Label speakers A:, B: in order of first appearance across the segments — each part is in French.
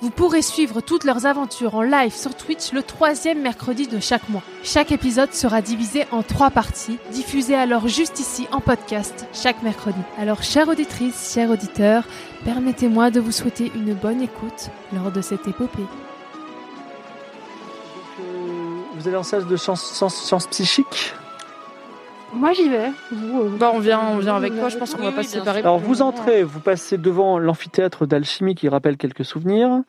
A: Vous pourrez suivre toutes leurs aventures en live sur Twitch le troisième mercredi de chaque mois. Chaque épisode sera divisé en trois parties, diffusées alors juste ici en podcast chaque mercredi. Alors, chère auditrice, chers auditeurs, permettez-moi de vous souhaiter une bonne écoute lors de cette épopée.
B: Vous allez en stage de sciences sciences- sciences psychiques
C: Moi j'y vais. Vous, euh,
D: Bah on vient, on vient avec
C: vous,
D: toi,
C: euh,
D: je pense qu'on
C: oui,
D: va
C: oui,
D: pas se
C: bien
D: séparer.
B: Alors vous entrez, vous passez devant l'amphithéâtre d'alchimie qui rappelle quelques souvenirs.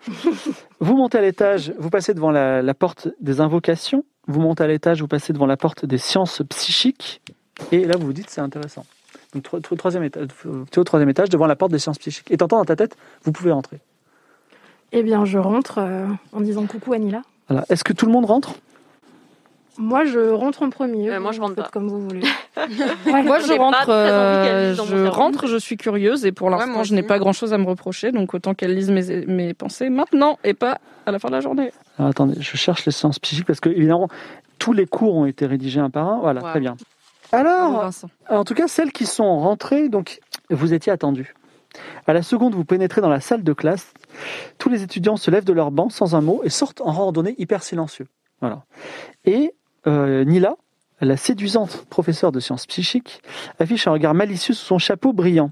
B: vous montez à l'étage, vous passez devant la, la porte des invocations. Vous montez à l'étage, vous passez devant la porte des sciences psychiques. Et là vous vous dites c'est intéressant. Donc tro- tro- troisième étage, tu es au troisième étage devant la porte des sciences psychiques. Et t'entends dans ta tête, vous pouvez rentrer.
C: Eh bien je rentre euh, en disant coucou Anila.
B: Voilà. Est-ce que tout le monde rentre
C: Moi je rentre en premier.
E: Euh, moi, je rentre
C: Faites
E: pas.
C: Comme vous voulez.
D: Moi je
E: J'ai pas
D: rentre,
E: très envie qu'elle
D: euh,
E: lise dans mon
D: je
E: cerveau.
D: rentre, je suis curieuse et pour
E: Ouais,
D: l'instant
E: moi
D: je n'ai
E: aussi.
D: pas grand chose à me reprocher, donc autant qu'elle lise mes, mes pensées maintenant et pas à la fin de la journée.
B: Alors, attendez, je cherche les sciences psychiques parce que évidemment tous les cours ont été rédigés un par un. Voilà,
E: Wow.
B: très bien. Alors,
D: Oh, Vincent.
B: En tout cas, celles qui sont rentrées, donc vous étiez attendues. À la seconde, vous pénétrez dans la salle de classe. Tous les étudiants se lèvent de leur banc sans un mot et sortent en randonnée hyper silencieux. Voilà. Et euh, Nila, la séduisante professeure de sciences psychiques, affiche un regard malicieux sous son chapeau brillant.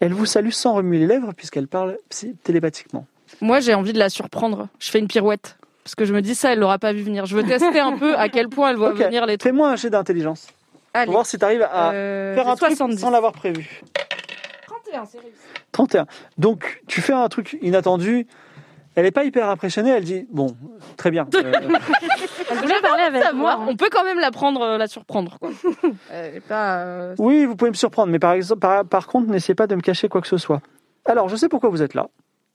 B: Elle vous salue sans remuer les lèvres puisqu'elle parle psy- télépathiquement.
D: Moi j'ai envie de la surprendre, je fais une pirouette. Parce que je me dis ça, elle l'aura pas vu venir. Je veux tester un peu à quel point elle voit
B: Ok.
D: venir les trucs.
B: Fais-moi un jet d'intelligence pour
D: Allez,
B: voir si tu arrives à
D: euh,
B: faire un truc
D: 70.
B: sans l'avoir prévu.
D: 31, c'est réussi.
B: 31. Donc, tu fais un truc inattendu. Elle n'est pas hyper impressionnée. Elle dit Bon, très bien. Euh,
C: Elle voulait parler avec moi. hein.
D: Savoir, on peut quand même la prendre, euh, la surprendre quoi. Elle est pas, euh,
B: oui, vous pouvez me surprendre, mais par, exemple, par, par contre, n'essayez pas de me cacher quoi que ce soit. Alors, je sais pourquoi vous êtes là.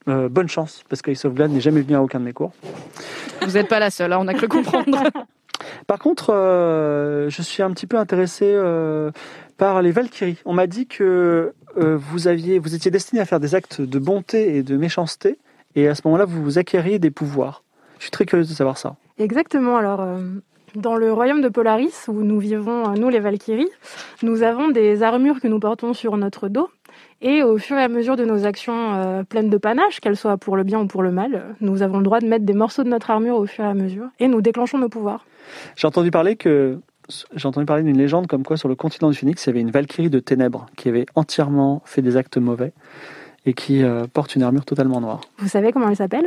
B: Euh, bonne chance, parce qu'Ace of Glad n'est jamais venu à aucun de mes cours.
D: Vous n'êtes pas la seule, hein, on a que le comprendre.
B: Par contre, euh, je suis un petit peu intéressé euh, par les Valkyries. On m'a dit que euh, vous, aviez, vous étiez destiné à faire des actes de bonté et de méchanceté, et à ce moment-là, vous vous acquériez des pouvoirs. Je suis très curieuse de savoir ça.
C: Exactement. Alors euh, dans le royaume de Polaris où nous vivons euh, nous les Valkyries, nous avons des armures que nous portons sur notre dos. Et au fur et à mesure de nos actions euh, pleines de panache, qu'elles soient pour le bien ou pour le mal, euh, nous avons le droit de mettre des morceaux de notre armure au fur et à mesure. Et nous déclenchons nos pouvoirs.
B: J'ai entendu parler que j'ai entendu parler d'une légende comme quoi sur le continent du Phoenix, il y avait une Valkyrie de ténèbres qui avait entièrement fait des actes mauvais et qui euh, porte une armure totalement noire.
C: Vous savez comment elle s'appelle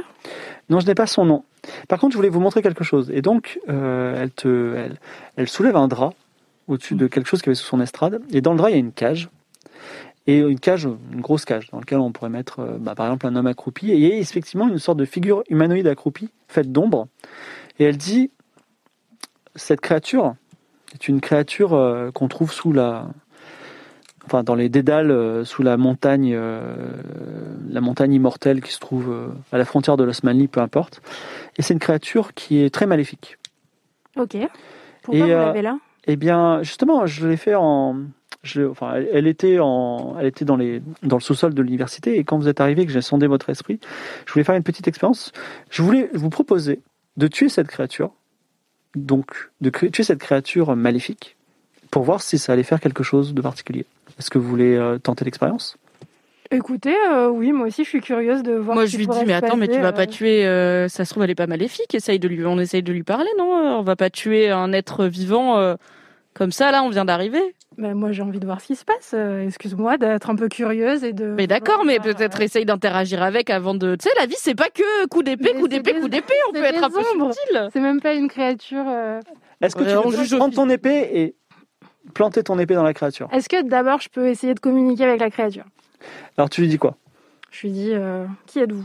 B: Non, je n'ai pas son nom. Par contre, je voulais vous montrer quelque chose. Et donc, euh, elle, te, elle, elle soulève un drap au-dessus de quelque chose qui avait sous son estrade. Et dans le drap, il y a une cage. Et une cage, une grosse cage, dans laquelle on pourrait mettre, euh, bah, par exemple, un homme accroupi. Et il y a effectivement une sorte de figure humanoïde accroupie, faite d'ombre. Et elle dit Cette créature est une créature euh, qu'on trouve sous la. Enfin, dans les dédales, euh, sous la montagne, euh, la montagne immortelle qui se trouve euh, à la frontière de l'Osmanli, peu importe. Et c'est une créature qui est très maléfique.
C: Ok. Pourquoi
B: Et,
C: vous
B: euh,
C: l'avez là
B: Eh bien, justement, je l'ai fait en. Je, enfin, elle- elle était en, elle était dans les, dans le sous-sol de l'université. Et quand vous êtes arrivé, que j'ai sondé votre esprit, je voulais faire une petite expérience. Je voulais vous proposer de tuer cette créature, donc de cré- tuer cette créature maléfique, pour voir si ça allait faire quelque chose de particulier. Est-ce que vous voulez euh, tenter l'expérience
C: Écoutez, euh, oui, moi aussi, je suis curieuse de voir.
D: Moi,
C: ce
D: je
C: qui
D: lui dis,
C: pourrait
D: mais
C: se
D: attends, mais tu
C: passer,
D: vas
C: euh,
D: pas tuer. euh, ça se trouve, elle est pas maléfique. Essaye de lui, on essaye de lui parler, non On va pas tuer un être vivant euh, comme euh, ça. Là, on vient d'arriver.
C: Ben, moi, j'ai envie de voir ce qui se passe. Euh, Excuse-moi d'être un peu curieuse et de.
D: Mais d'accord, mais
C: Voilà.
D: peut-être essaye d'interagir avec avant de. Tu sais, la vie, c'est pas que coup d'épée,
C: Mais
D: coup
C: c'est
D: d'épée,
C: des-
D: coup d'épée. On
C: c'est
D: peut être
C: des
D: un peu
C: ombres.
D: subtil.
C: C'est même pas une créature. euh,
B: Est-ce que
D: Ouais, on
B: tu
D: juge
B: veux
D: au
B: prendre
D: film.
B: ton épée et planter ton épée dans la créature
C: Est-ce que d'abord, je peux essayer de communiquer avec la créature
B: Alors tu lui dis quoi
C: Je lui dis euh, Qui êtes-vous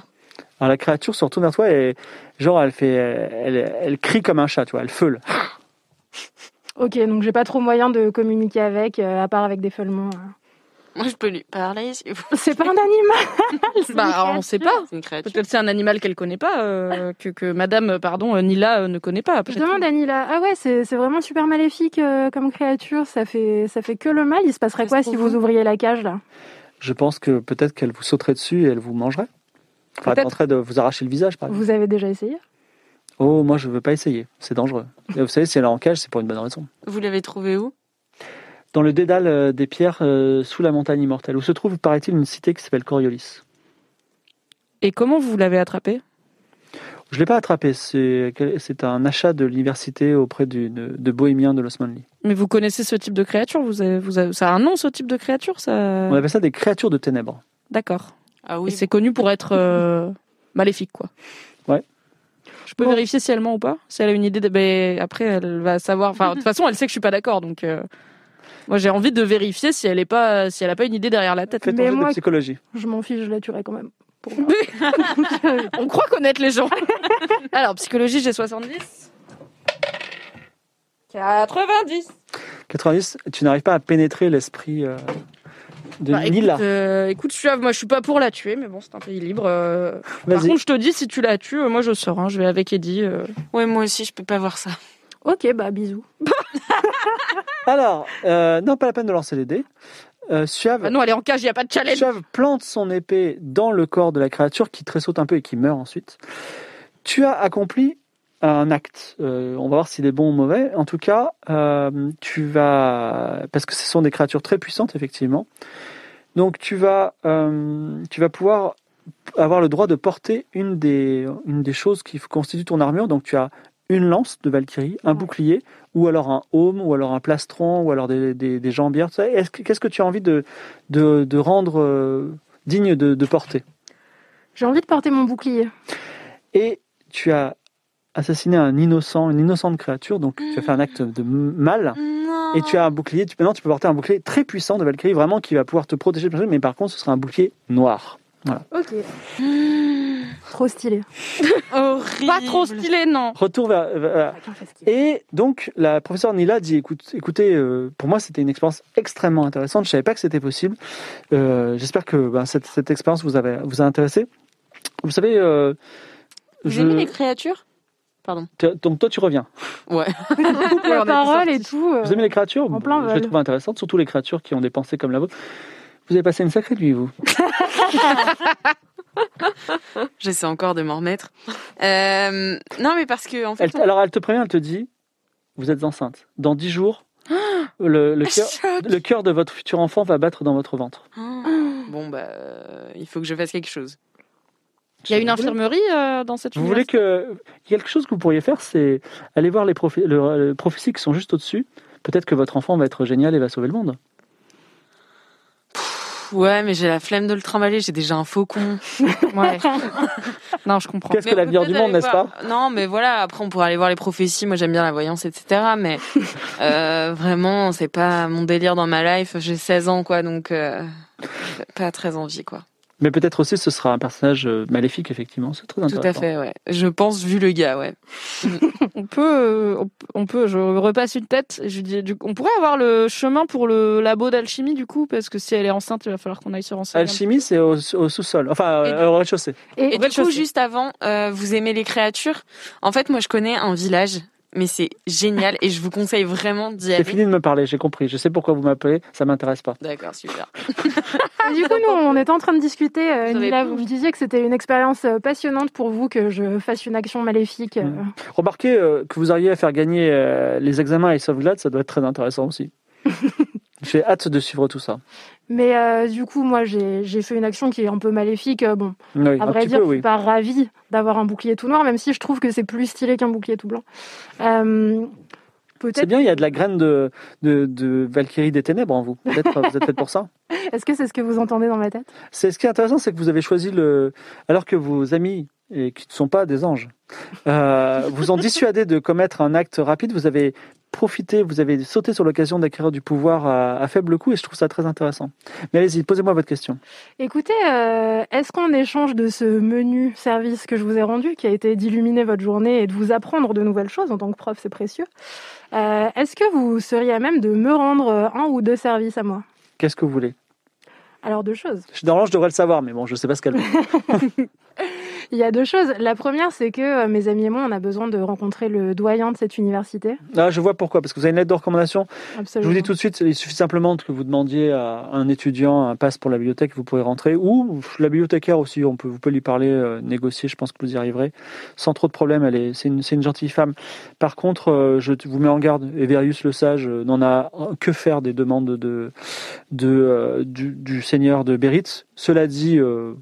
B: Alors la créature se retourne vers toi et genre elle fait, elle, elle crie comme un chat, tu vois, elle feule.
C: Ok, donc j'ai pas trop moyen de communiquer avec, euh, à part avec des feulements. euh.
E: Moi, je peux lui parler. si vous-
C: C'est pas un animal c'est une
D: Bah, on sait pas.
E: C'est une créature.
D: Peut-être c'est un animal qu'elle connaît pas, euh, que, que madame, euh, pardon, euh, Nila euh, ne connaît pas. après
C: Je
D: tout.
C: demande à Nila, ah ouais, c'est c'est vraiment super maléfique euh, comme créature, ça fait, ça fait que le mal. Il se passerait quoi
E: Est-ce
C: si
E: qu'on
C: vous
E: veut
C: ouvriez la cage là
B: Je pense que peut-être qu'elle vous sauterait dessus et elle vous mangerait. Enfin, elle
D: Peut-être.
B: tenterait de vous arracher le visage, par exemple.
C: Vous avez déjà essayé
B: Oh, moi je veux pas essayer, c'est dangereux. Et vous savez, si elle est en cage, c'est pour une bonne raison.
E: Vous l'avez trouvé où
B: Dans le dédale euh, des pierres euh, sous la montagne immortelle, où se trouve, paraît-il, une cité qui s'appelle Coriolis.
D: Et comment vous l'avez attrapée
B: Je l'ai pas attrapée, c'est c'est un achat de l'université auprès du, de, de Bohémiens de l'Osmanli.
D: Mais vous connaissez ce type de créature vous avez- vous avez- Ça a un nom, ce type de créature ça...
B: On appelle ça des créatures de ténèbres.
D: D'accord.
E: Ah
D: Et
E: oui.
D: c'est connu pour être euh, maléfique, quoi.
B: Ouais.
D: Je peux vérifier si elle ment ou pas Si elle a une idée. De... ben, après, elle va savoir. Enfin, de toute façon, elle sait que je suis pas d'accord, donc. euh, Moi, j'ai envie de vérifier si elle est pas, si elle a pas une idée derrière la tête.
B: Faites
C: Mais
B: un jeu
C: moi-
B: de psychologie.
C: Je m'en fiche, je la tuerais quand même. Pour voir.
D: On croit connaître les gens. Alors, psychologie, j'ai 70. 90.
B: 90, tu n'arrives pas à pénétrer l'esprit euh, de
D: Bah, écoute,
B: Nila.
D: euh, écoute, Suave, moi je suis pas pour la tuer, mais bon, c'est un pays libre. euh. Par
B: Vas-y.
D: contre, je te dis, si tu la tues, euh, moi je sors, hein, je vais avec Eddie. euh.
E: Ouais, moi aussi, je peux pas voir ça.
C: ok, bah bisous.
B: Alors, euh, non, pas la peine de lancer les dés. Euh, Suave,
D: Bah non, elle est en cage, il a pas de challenge.
B: Chav plante son épée dans le corps de la créature qui tressaute un peu et qui meurt ensuite. Tu as accompli un acte. Euh, on va voir s'il est bon ou mauvais. En tout cas, euh, tu vas... Parce que ce sont des créatures très puissantes, effectivement. Donc tu vas, euh, tu vas pouvoir avoir le droit de porter une des, une des choses qui constituent ton armure. Donc tu as une lance de Valkyrie, un bouclier, ou alors un home, ou alors un plastron, ou alors des, des, des jambières. tout ça. Est-ce que- Qu'est-ce que tu as envie de, de, de rendre euh, digne de, de porter.
C: J'ai envie de porter mon bouclier.
B: Et tu as assassiné un innocent, une innocente créature, donc tu as fait un acte de m- mal.
E: Non.
B: Et tu as un bouclier, tu, maintenant tu peux porter un bouclier très puissant de Valkyrie, vraiment qui va pouvoir te protéger, mais par contre ce sera un bouclier noir.
C: Ok. Trop stylé.
E: Horrible.
D: Pas trop stylé, non.
B: Retour vers... vers- Et donc, la professeure Nila dit écoute, écoutez, euh, pour moi, c'était une expérience extrêmement intéressante. Je savais pas que c'était possible. Euh, J'espère que ben, cette, cette expérience vous, avait, vous a intéressé. Vous savez, euh,
E: Vous
B: je-
E: aimez les créatures
B: t- donc toi, tu reviens.
C: Coupe
D: on
C: la
D: était
C: parole
D: sortis.
C: et tout. euh,
B: Vous aimez les créatures
C: en plein
B: Je les
C: vol.
B: trouve intéressantes, surtout les créatures qui ont des pensées comme la vôtre. Vous avez passé une sacrée nuit, vous.
E: J'essaie encore de m'en remettre. Euh, non, mais parce que en fait,
B: Elle- alors, elle te prévient, elle te dit Vous êtes enceinte. Dans dix jours, le, le cœur, le cœur de votre futur enfant va battre dans votre ventre.
E: on- bon bah, euh, il faut que je fasse quelque chose.
D: Il y a une infirmerie euh, dans cette
B: Vous voulez que. Quelque chose que vous pourriez faire, c'est aller voir les prophi- le- le prophéties qui sont juste au-dessus. Peut-être que votre enfant va être génial et va sauver le monde.
E: Pff, Ouais, mais j'ai la flemme de le trimballer. J'ai déjà un faucon.
D: Ouais. non, je comprends.
B: Qu'est-ce
E: Mais
B: que
E: on
B: l'avenir
E: peut
B: du
E: peut-être
B: monde,
E: aller
B: n'est-ce
E: voir-
B: pas
E: Non, mais voilà. Après, on pourra aller voir les prophéties. Moi, j'aime bien la voyance, etc. Mais euh, vraiment, c'est pas mon délire dans ma life. J'ai 16 ans, quoi, donc euh, pas très envie, quoi.
B: Mais peut-être aussi ce sera un personnage euh, maléfique, effectivement. C'est très
E: Tout
B: intéressant.
E: à fait, ouais. Je pense vu le gars, ouais.
D: On peut, euh, on- on peut. Je repasse une tête. Je lui dis, du coup, on pourrait avoir le chemin pour le labo d'alchimie du coup, parce que si elle est enceinte, il va falloir qu'on aille se renseigner.
B: Alchimie, c'est au, au sous-sol, enfin
E: Et-
B: euh, au rez-de-chaussée.
E: Et
D: Au
E: du coup,
D: rez-de-chaussée.
E: juste avant, euh, vous aimez les créatures En fait, moi, je connais un village, mais c'est génial et je vous conseille vraiment d'y
B: C'est
E: aller.
B: fini de me parler, j'ai compris. Je sais pourquoi vous m'appelez, ça m'intéresse pas.
E: D'accord, super.
C: Et du coup, nous, on est en train de discuter. euh,
E: Vous avez
C: Nila,
E: plus
C: vous me disiez que c'était une expérience euh, passionnante pour vous que je fasse une action maléfique. euh.
B: Mm. Remarquez euh, que vous arrivez à faire gagner euh, les examens et sauvegardes, ça doit être très intéressant aussi. J'ai hâte de suivre tout ça.
C: Mais euh, du coup, moi, j'ai j'ai fait une action qui est un peu maléfique. euh, Bon,
B: Oui,
C: à
B: un
C: vrai
B: petit
C: dire,
B: peu,
C: je suis
B: oui.
C: pas ravie d'avoir un bouclier tout noir, même si je trouve que c'est plus stylé qu'un bouclier tout blanc. Euh,
B: C'est
C: Peut-être.
B: bien, il y a de la graine de, de, de Valkyrie des Ténèbres en vous. Peut-être euh, vous êtes fait pour ça.
C: Est-ce que c'est ce que vous entendez dans ma tête
B: C'est ce qui est intéressant, c'est que vous avez choisi le, alors que vos amis et qui ne sont pas des anges, euh, vous ont dissuadé de commettre un acte rapide. Vous avez profité, vous avez sauté sur l'occasion d'acquérir du pouvoir à, à faible coût, et je trouve ça très intéressant. Mais allez-y, posez-moi votre question.
C: Écoutez, euh, est-ce qu'en échange de ce menu service que je vous ai rendu, qui a été d'illuminer votre journée et de vous apprendre de nouvelles choses en tant que prof, c'est précieux, euh, est-ce que vous seriez à même de me rendre euh, un ou deux services à moi
B: Qu'est-ce que vous voulez
C: Alors deux choses.
B: Je- Normalement, je devrais le savoir, mais bon, je ne sais pas ce qu'elle. veut.
C: Il y a deux choses. La première, c'est que euh, mes amis et moi, on a besoin de rencontrer le doyen de cette université.
B: Là, Ah, je vois pourquoi, parce que vous avez une lettre de recommandation. Je
C: Absolument.
B: vous dis tout de suite, il suffit simplement que vous demandiez à un étudiant un passe pour la bibliothèque, vous pourrez rentrer. Ou la bibliothécaire aussi, on peut, vous pouvez lui parler, euh, négocier, je pense que vous y arriverez. Sans trop de problèmes, elle est, c'est une, c'est une gentille femme. Par contre, euh, je te- vous mets en garde, Everius le Sage euh, n'en a que faire des demandes de, de, euh, du, du seigneur de Béritz. Cela dit, euh,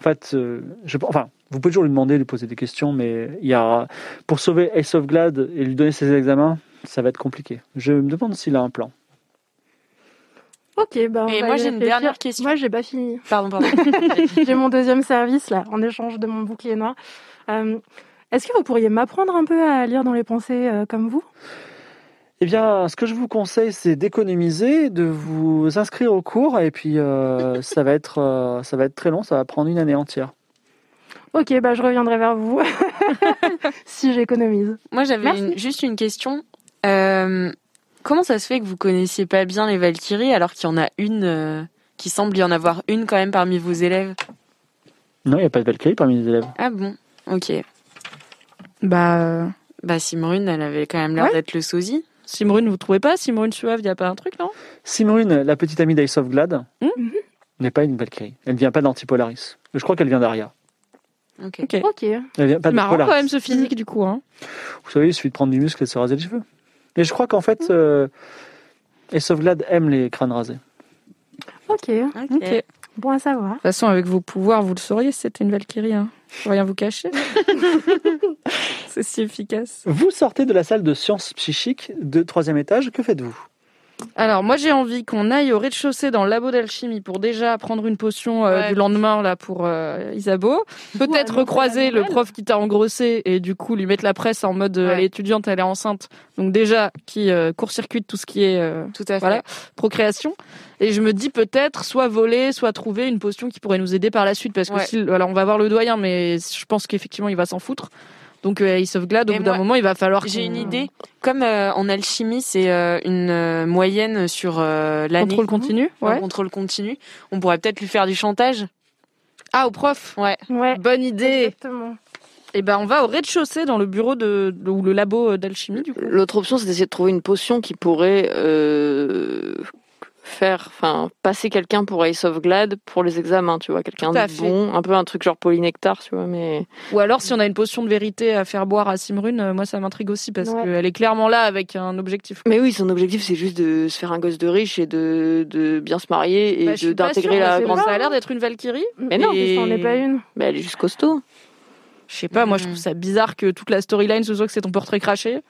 B: en fait, euh, je, enfin, vous pouvez toujours lui demander, lui poser des questions, mais il y a, pour sauver Ace of Glad et lui donner ses examens, ça va être compliqué. Je me demande s'il a un plan.
C: Ok, ben. on
E: Et
C: va
E: moi,
C: y
E: j'ai une
C: réfléchir.
E: dernière question.
C: Moi, j'ai pas fini.
E: Pardon, pardon.
C: J'ai mon deuxième service là, en échange de mon bouclier noir. Euh, Est-ce que vous pourriez m'apprendre un peu à lire dans les pensées euh, comme vous
B: Eh bien, ce que je vous conseille, c'est d'économiser, de vous inscrire au cours, et puis euh, ça, va être, euh, ça va être très long, ça va prendre une année entière.
C: Ok, bah je reviendrai vers vous si j'économise.
E: Moi, j'avais
C: Merci.
E: une- juste une question. Euh, comment ça se fait que vous connaissiez pas bien les Valkyries alors qu'il y en a une, euh, qui semble y en avoir une quand même parmi vos élèves
B: Non, il n'y a pas de Valkyrie parmi les élèves.
E: Ah bon Ok.
D: Bah, euh,
E: Bah, Simrune, elle avait quand même l'air
D: Ouais.
E: d'être le sosie.
D: Simrune, vous trouvez pas Simrune Suave, il y a pas un truc, non
B: Simrune, la petite amie d'Ace of Glad,
D: Mhm.
B: n'est pas une Valkyrie. Elle ne vient pas d'Antipolaris. Je crois qu'elle vient d'Aria.
E: Ok.
D: Ok.
C: Ok.
B: Elle vient pas de
D: C'est marrant
B: Polaris.
D: quand même ce physique du coup. Hein.
B: Vous savez, il suffit de prendre du muscle et de se raser les cheveux. Et je crois qu'en fait,
D: Hmm.
B: euh, Ace of Glad aime les crânes rasés.
C: Ok.
E: Ok.
D: Ok. De
C: Bon à savoir.
D: toute façon, avec vos pouvoirs, vous le sauriez si c'était une Valkyrie. Hein. Je vais rien vous cacher. C'est si efficace.
B: Vous sortez de la salle de sciences psychiques de troisième étage, que faites-vous
D: Alors, moi, j'ai envie qu'on aille au rez-de-chaussée dans le labo d'alchimie pour déjà prendre une potion euh,
E: Ouais.
D: du lendemain là pour euh, Isabeau. Peut-être
C: annoncer la
D: recroiser le
C: nouvelle.
D: prof qui t'a engrossé et du coup lui mettre la presse en mode euh,
E: Ouais.
D: elle est étudiante, elle est enceinte. Donc déjà qui euh, court-circuite tout ce qui est euh,
E: Tout à fait.
D: Voilà. procréation. Et je me dis peut-être soit voler, soit trouver une potion qui pourrait nous aider par la suite. Parce que
E: Ouais.
D: si, alors on va voir le doyen, mais je pense qu'effectivement il va s'en foutre. Donc euh, Ace of Glad, au
E: Mais
D: bout d'un
E: moi,
D: moment, il va falloir.
E: J'ai
D: qu'on-
E: une idée. Comme euh, en alchimie, c'est euh, une euh, moyenne sur euh, l'année.
D: Contrôle continu.
E: Enfin,
D: Ouais.
E: Contrôle continu. On pourrait peut-être lui faire du chantage.
D: Ah, au prof.
E: Ouais.
C: Ouais.
D: Bonne idée.
C: Exactement.
D: Et ben on va au rez-de-chaussée dans le bureau de ou le labo euh, d'alchimie du coup.
F: L'autre option, c'est d'essayer de trouver une potion qui pourrait euh, faire, enfin, passer quelqu'un pour Ace of Glad pour les examens, tu vois, quelqu'un
D: Tout à
F: de
D: fait.
F: bon, un peu un truc genre polynectar, tu vois, mais
D: Ou alors si on a une potion de vérité à faire boire à Simrune, euh, moi ça m'intrigue aussi parce
C: Ouais.
D: qu'elle est clairement là avec un objectif.
F: mais oui, son objectif, c'est juste de se faire un gosse de riche et de, de bien se marier et
D: Bah, je
F: de-
D: suis pas
F: d'intégrer
D: sûre,
F: la
D: parce que
F: grande.
D: Ça a l'air d'être une Valkyrie.
F: Mais non.
C: Et... on n'est pas une.
F: Mais elle est juste costaud.
D: Je sais pas, moi je trouve ça bizarre que toute la storyline ce soit que c'est ton portrait craché.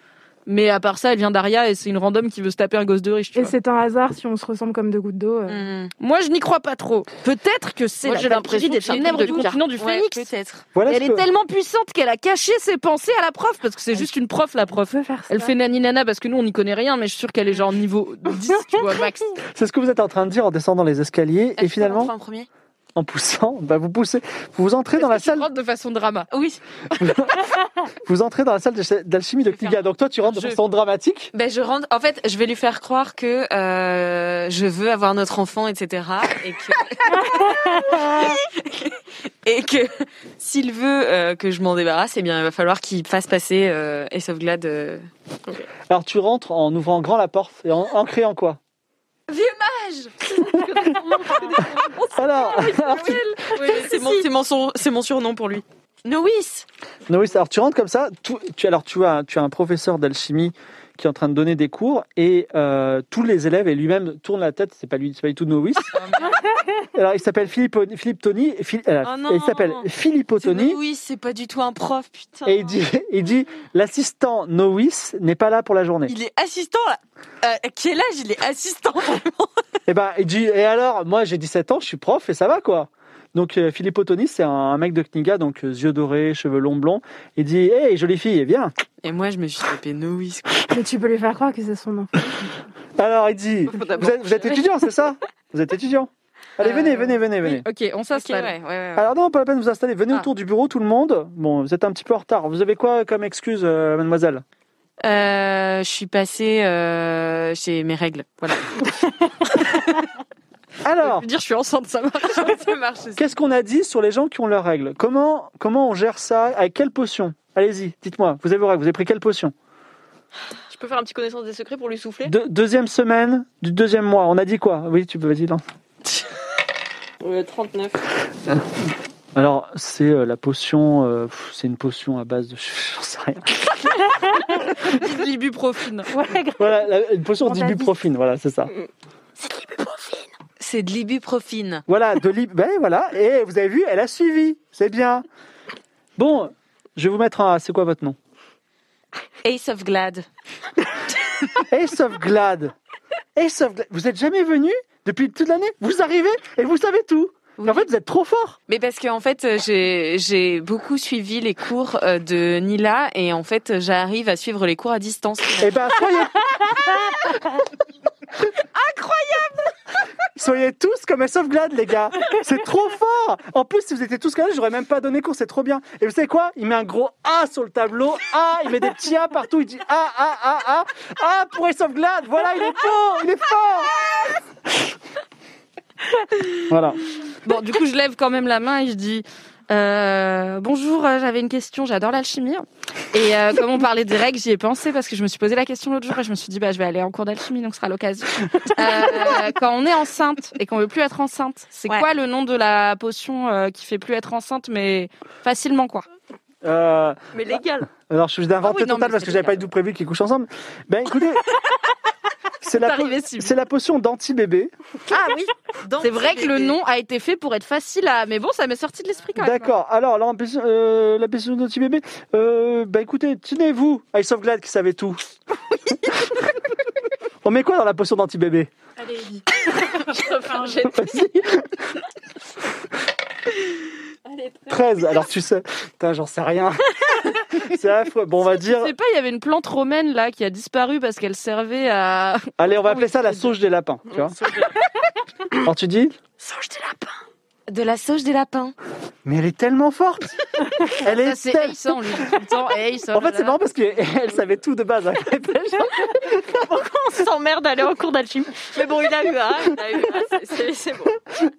D: Mais à part ça, elle vient d'Aria et c'est une random qui veut se taper un gosse de riche. tu
C: Et
D: vois.
C: c'est un hasard si on se ressemble comme deux gouttes d'eau.
D: Mm.
C: euh.
E: Hmm.
D: Moi je n'y crois pas trop. Peut-être que c'est
F: Moi,
D: la
F: j'ai l'impression
D: Valkyrie des
F: que c'est une
D: ténèbres
F: de
D: du
F: carte.
D: continent du
E: Ouais,
D: phénix.
E: peut-être.
B: Voilà
D: Et
B: ce
D: elle
B: que-
D: est tellement puissante qu'elle a caché ses pensées à la prof parce que c'est juste une prof la
C: On
D: prof.
C: peut faire ça.
D: Elle fait nani nana parce que nous on n'y connaît rien mais je suis sûre qu'elle est genre niveau 10 tu vois max.
B: C'est ce que vous êtes en train de dire en descendant les escaliers
E: Est-ce
B: et
E: qu'on rentre
B: finalement
E: en premier
B: en poussant, bah vous poussez, vous, vous entrez dans la
D: Est-ce que tu
B: salle,
D: rentres de façon drama.
E: Oui.
B: vous entrez dans la salle de- d'alchimie de
E: Je vais
B: Kniga.
E: faire-
B: Donc toi tu rentres de
E: je-
B: façon dramatique.
E: Ben je rentre. En fait, je vais lui faire croire que euh, je veux avoir notre enfant, etc. Et que et que s'il veut euh, que je m'en débarrasse, eh bien il va falloir qu'il fasse passer euh, Ace of Glad. euh,
B: Alors tu rentres en ouvrant grand la porte et en, en créant quoi Alors, alors, tu-
E: Ah Oui, mais c'est mon, c'est mon, son- c'est mon surnom pour lui. Nois
B: Non, oui, c'est- alors tu rentres comme ça. tout- tu, alors tu as, tu as un professeur d'alchimie qui est en train de donner des cours et euh, tous les élèves et lui-même tournent la tête. C'est pas lui, c'est pas du tout novice. alors il s'appelle Philippe, Philippe Tony. Phil- alors,
E: Oh non.
B: euh, il s'appelle Filippo Tony.
E: Oui, c'est pas du tout un prof, putain.
B: Et il dit, il dit l'assistant novice n'est pas là pour la journée.
E: Il est assistant là. Euh, à quel âge il est assistant vraiment
B: Et ben il dit et alors moi j'ai 17 ans, je suis prof et ça va quoi. Donc euh, Filippo Tony, c'est un, un mec de Kniga, donc euh, yeux dorés, cheveux longs blonds. Il dit hey jolie fille, viens.
E: Et moi, je me suis tapé Nois.
C: Mais tu peux lui faire croire que c'est son enfant.
B: Alors il dit
E: Faut
B: Vous
E: d'abord-
B: êtes, vous êtes étudiant, c'est ça Vous êtes étudiant. Allez,
E: Euh,
B: venez, venez, venez, venez.
D: Ok, on
E: Ok, ouais,
D: s'installe.
E: ouais, ouais.
B: Alors non, pas la peine de vous installer. Venez
E: Ah.
B: autour du bureau, tout le monde. Bon, vous êtes un petit peu en retard. Vous avez quoi comme excuse, euh, mademoiselle
E: Euh, je suis passée euh, chez mes règles. Voilà.
D: Je
E: Euh,
B: Alors,
D: veux dire, je suis enceinte, ça marche.
E: ça marche. aussi.
B: qu'est-ce qu'on a dit sur les gens qui ont leurs règles Comment comment on gère ça Avec quelle potion Allez-y, dites-moi. Vous avez vos règles, Vous avez pris quelle potion
F: Je peux faire un petit connaissance des secrets pour lui souffler
B: De- Deuxième semaine du deuxième mois. On a dit quoi Oui, tu peux. Vas-y, lance.
F: 39.
B: Alors, c'est euh, la potion. euh, pff, c'est une potion à base de. J'en sais rien.
D: Petite L'ibuprofine.
C: Ouais, grave.
B: Voilà, la- une potion
C: On t'a dit.
B: d'ibuprofine. Voilà, c'est ça.
E: C'est de l'ibuprofine.
B: Voilà, de lib- ben voilà. Et vous avez vu, elle a suivi. C'est bien. Bon, je vais vous mettre un. C'est quoi votre nom
E: Ace of Glad.
B: Ace of Glad. Ace of Glad. Vous êtes jamais venu depuis toute l'année Vous arrivez et vous savez tout. Mais En fait, vous êtes trop fort.
E: Mais parce qu'en fait, euh, j'ai j'ai beaucoup suivi les cours euh, de Nila et en fait, j'arrive à suivre les cours à distance.
B: Eh ben, soyez. Incroyable Soyez tous comme Ace of Glad, les gars. C'est trop fort. En plus, si vous étiez tous comme là, j'aurais même pas donné cours. C'est trop bien. Et vous savez quoi Il met un gros A sur le tableau. A, il met des petits A partout. Il dit A, A, A, A. A pour Ace of Glad. Voilà, il est beau. Il est fort. Voilà.
D: Bon, du coup, je lève quand même la main et je dis euh, Bonjour, euh, j'avais une question, j'adore l'alchimie. Et euh, comme on parlait des règles, j'y ai pensé parce que je me suis posé la question l'autre jour et je me suis dit bah, Je vais aller en cours d'alchimie, donc ce sera l'occasion. Euh, quand on est enceinte et qu'on veut plus être enceinte, c'est
E: Ouais.
D: quoi le nom de la potion euh, qui fait plus être enceinte, mais facilement, quoi
B: Euh,
F: Mais légal.
B: Alors, je suis
D: Ah oui,
B: d'inventer
D: non,
B: total
D: mais
B: parce
D: c'est
B: que j'avais pas
D: légal.
B: du tout prévu qu'ils couchent ensemble. Ben écoutez, c'est la, po-
D: arrivé si vite.
B: c'est la potion d'anti-bébé.
E: Ah oui.
D: C'est vrai que le nom a été fait pour être facile à. Mais bon, ça m'est sorti de l'esprit quand même.
B: D'accord. Alors, la potion, euh, la potion d'anti-bébé. Euh, ben écoutez, tenez-vous, Ice of Glad qui savait tout. On met quoi dans la potion d'anti-bébé
C: Allez, Ellie.
B: Vas-y. 13. Alors, tu sais. Putain, j'en sais rien. c'est affreux. Bon, on va dire.
D: Je sais pas, il y avait une plante romaine là qui a disparu parce qu'elle servait à.
B: Allez, on va appeler ça la sauge des lapins. Tu vois Alors, tu dis
E: De la sauge des lapins.
B: Mais elle est tellement forte Elle
D: Ça,
B: est,
D: c'est
B: telle-
D: Ace, hein, on lui dit tout le temps. Ace, oh
B: En
D: là
B: fait, c'est
D: là.
B: marrant parce qu'elle savait tout de base. hein.
F: On s'emmerde d'aller en cours d'alchimie. Mais bon, il a eu un, il a eu un, c'est- c'est- c'est bon.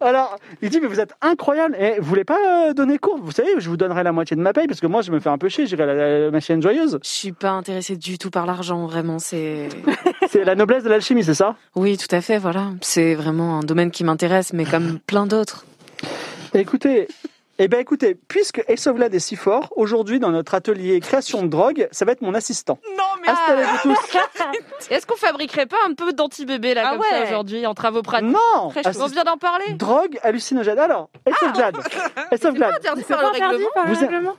B: Alors, il dit, mais vous êtes incroyable. Et vous voulez pas euh, donner cours Vous savez, je vous donnerai la moitié de ma paye parce que moi, je me fais un peu chier. J'irai à la, la- ma chaîne joyeuse.
E: Je suis pas intéressée du tout par l'argent, vraiment. C'est
B: C'est la noblesse de l'alchimie, c'est ça
E: oui, tout à fait. Voilà, c'est vraiment un domaine qui m'intéresse, mais comme plein d'autres.
B: Écoutez, eh ben écoutez, puisque Esovlad est si fort, aujourd'hui, dans notre atelier création de drogue, ça va être mon assistant.
E: Non mais
B: Installez-vous tous.
D: Est-ce qu'on fabriquerait pas un peu d'anti-bébé là
E: Ah
D: comme
E: ouais.
D: ça aujourd'hui en travaux pratiques
B: Non
D: Très chaud. On
B: Assist-
D: vient d'en parler
B: Drogue hallucinogène. Alors, Esovlad. Esovlad,
D: Interdit
C: Ah, C'est
D: par
C: pas Oh.
D: le
C: interdit
D: règlement.
C: par le
B: Vous êtes-
C: règlement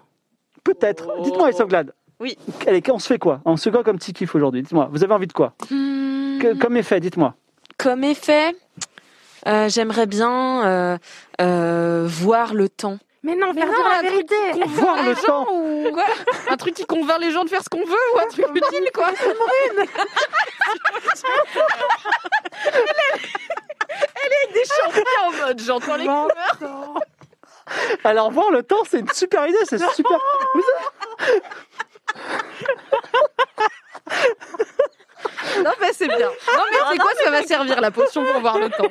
B: peut-être. Dites-moi, Esovlad.
F: Oui.
B: Allez, on se fait quoi On se fait quoi comme petit kiff aujourd'hui Dites-moi, vous avez envie de quoi
C: Hmm.
B: Que- Comme effet, dites-moi.
E: Comme effet, euh, j'aimerais bien euh, euh, voir le temps.
C: Mais non, viens
D: non,
C: dire la
D: un truc
C: vérité.
B: Voir le temps.
D: Ah, Ou quoi un truc qui convainc les gens de faire ce qu'on veut ou un truc utile quoi Elle est avec des champignons en mode j'entends les
B: Non. Alors voir le temps, c'est une super idée, c'est super. Vous savez-
D: Non mais c'est bien. Ah, Non mais c'est quoi ça va servir la potion pour voir le temps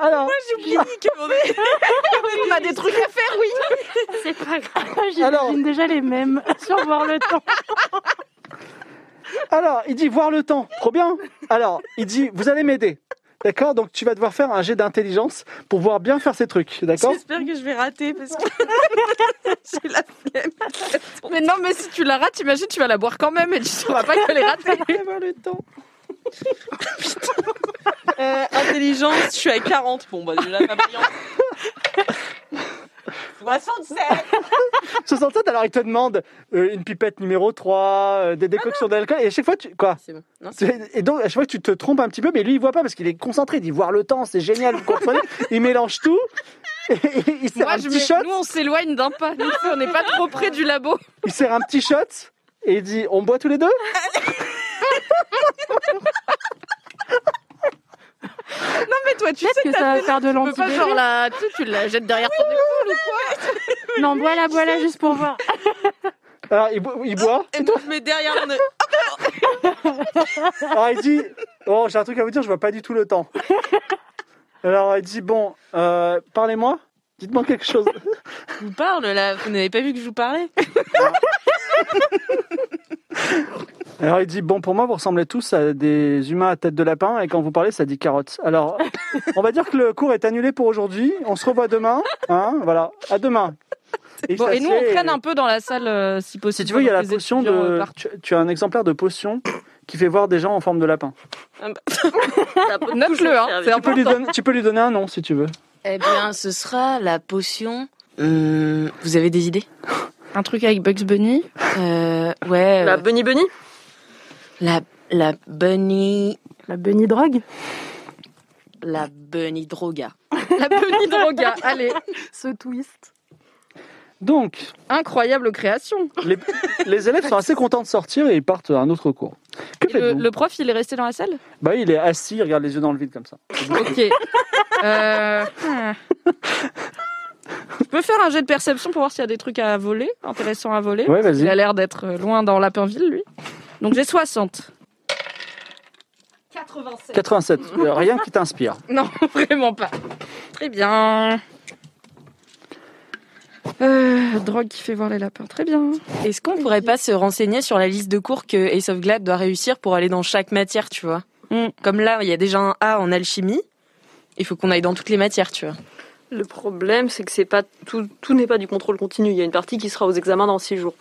B: Alors,
D: On a des trucs à faire oui.
C: C'est pas grave.
B: Alors-
C: J'imagine déjà les mêmes sur voir le temps.
B: alors, il dit voir le temps, trop bien. Alors, il dit vous allez m'aider. D'accord Donc tu vas devoir faire un jet d'intelligence pour pouvoir bien faire ces trucs. D'accord
E: J'espère que je vais rater parce que j'ai la flemme.
D: Mais non, mais si tu la rates, imagine, tu vas la boire quand même et tu sauras pas qu'elle est ratée.
E: le temps. Euh, intelligence, je suis à 40. Bon, bah déjà, pas brillant. 67
B: 67, alors il te demande euh, une pipette numéro 3, euh, des
D: Ah
B: décoctions d'alcool, et à chaque fois tu. Quoi
E: C'est bon. Non, c'est-
B: C'est- Et donc, à chaque fois que tu te trompes un petit peu, mais lui, il voit pas parce qu'il est concentré, il dit voir le temps, c'est génial, vous comprenez Il mélange tout, et il sert
D: Moi,
B: un
D: je
B: petit
D: mets-
B: shot,
D: Nous, on s'éloigne d'un pas. Nous, on n'est pas trop près du labo.
B: il sert un petit shot, et il dit on boit tous les deux
D: Mais toi, tu
C: Peut-être que ça va faire de
D: peux pas
C: l'antibiotique.
D: genre la, tu, sais, tu la jettes derrière ton épaule ou quoi
C: Non, bois-la, bois-la juste pour voir.
B: Alors, il, bo- il
D: Oh.
B: boit,
E: Et donc, je mets derrière mon oeil.
B: alors il dit oh, j'ai un truc à vous dire, je vois pas du tout le temps. Alors, il dit bon, euh, parlez-moi, dites-moi quelque chose.
E: Je vous parle là, vous n'avez pas vu que je vous parlais
B: Alors, il dit bon, pour moi, vous ressemblez tous à des humains à tête de lapin, et quand vous parlez, ça dit carotte. Alors, on va dire que le cours est annulé pour aujourd'hui, on se revoit demain, hein, voilà, à demain. il
D: Bon, et nous, on
B: s'assied,
D: traîne
B: et-
D: un peu dans la salle, euh, si possible.
B: Si tu veux, il y a la
D: Les
B: potion
D: étudiants, euh,
B: de.
D: partent.
B: Tu, tu as un exemplaire de potion qui fait voir des gens en forme de lapin.
D: Note-le, hein. C'est
B: Tu peux, lui
D: important.
B: donner, tu peux lui donner un nom si tu veux.
E: Eh
D: ben,
E: bien, ce sera la potion. Hum, vous avez des idées
D: Un truc avec Bugs Bunny.
E: Euh, Ouais.
F: La
E: euh,
F: Bah, Bunny Bunny
E: La, la bunny.
C: La bunny drogue
E: La bunny droga.
D: La Bunny Droga. Allez,
C: Ce twist.
B: Donc,
D: incroyable création.
B: les, les élèves sont assez contents de sortir et ils partent à un autre cours. Que
D: Et Le,
B: faites-vous
D: le prof, il est resté dans la salle
B: Bah, il est assis, il regarde les yeux dans le vide comme ça.
D: Ok. Euh, hmm. Je peux faire un jet de perception pour voir s'il y a des trucs à voler, intéressants à voler.
B: Ouais,
D: Il a
B: vas-y.
D: l'air d'être loin dans Lapinville, lui. Donc j'ai 60. 87.
B: 87. Euh, Rien qui t'inspire.
D: Non, vraiment pas. Très bien. Euh, drogue qui fait voir les lapins. Très bien.
E: Est-ce qu'on pourrait pas se renseigner sur la liste de cours que Ace of Glad doit réussir pour aller dans chaque matière, tu vois
D: Mm.
E: Comme là, il y a déjà un A en alchimie. Il faut qu'on aille dans toutes les matières, tu vois.
F: Le problème, c'est que c'est pas tout, tout n'est pas du contrôle continu. Il y a une partie qui sera aux examens dans six jours.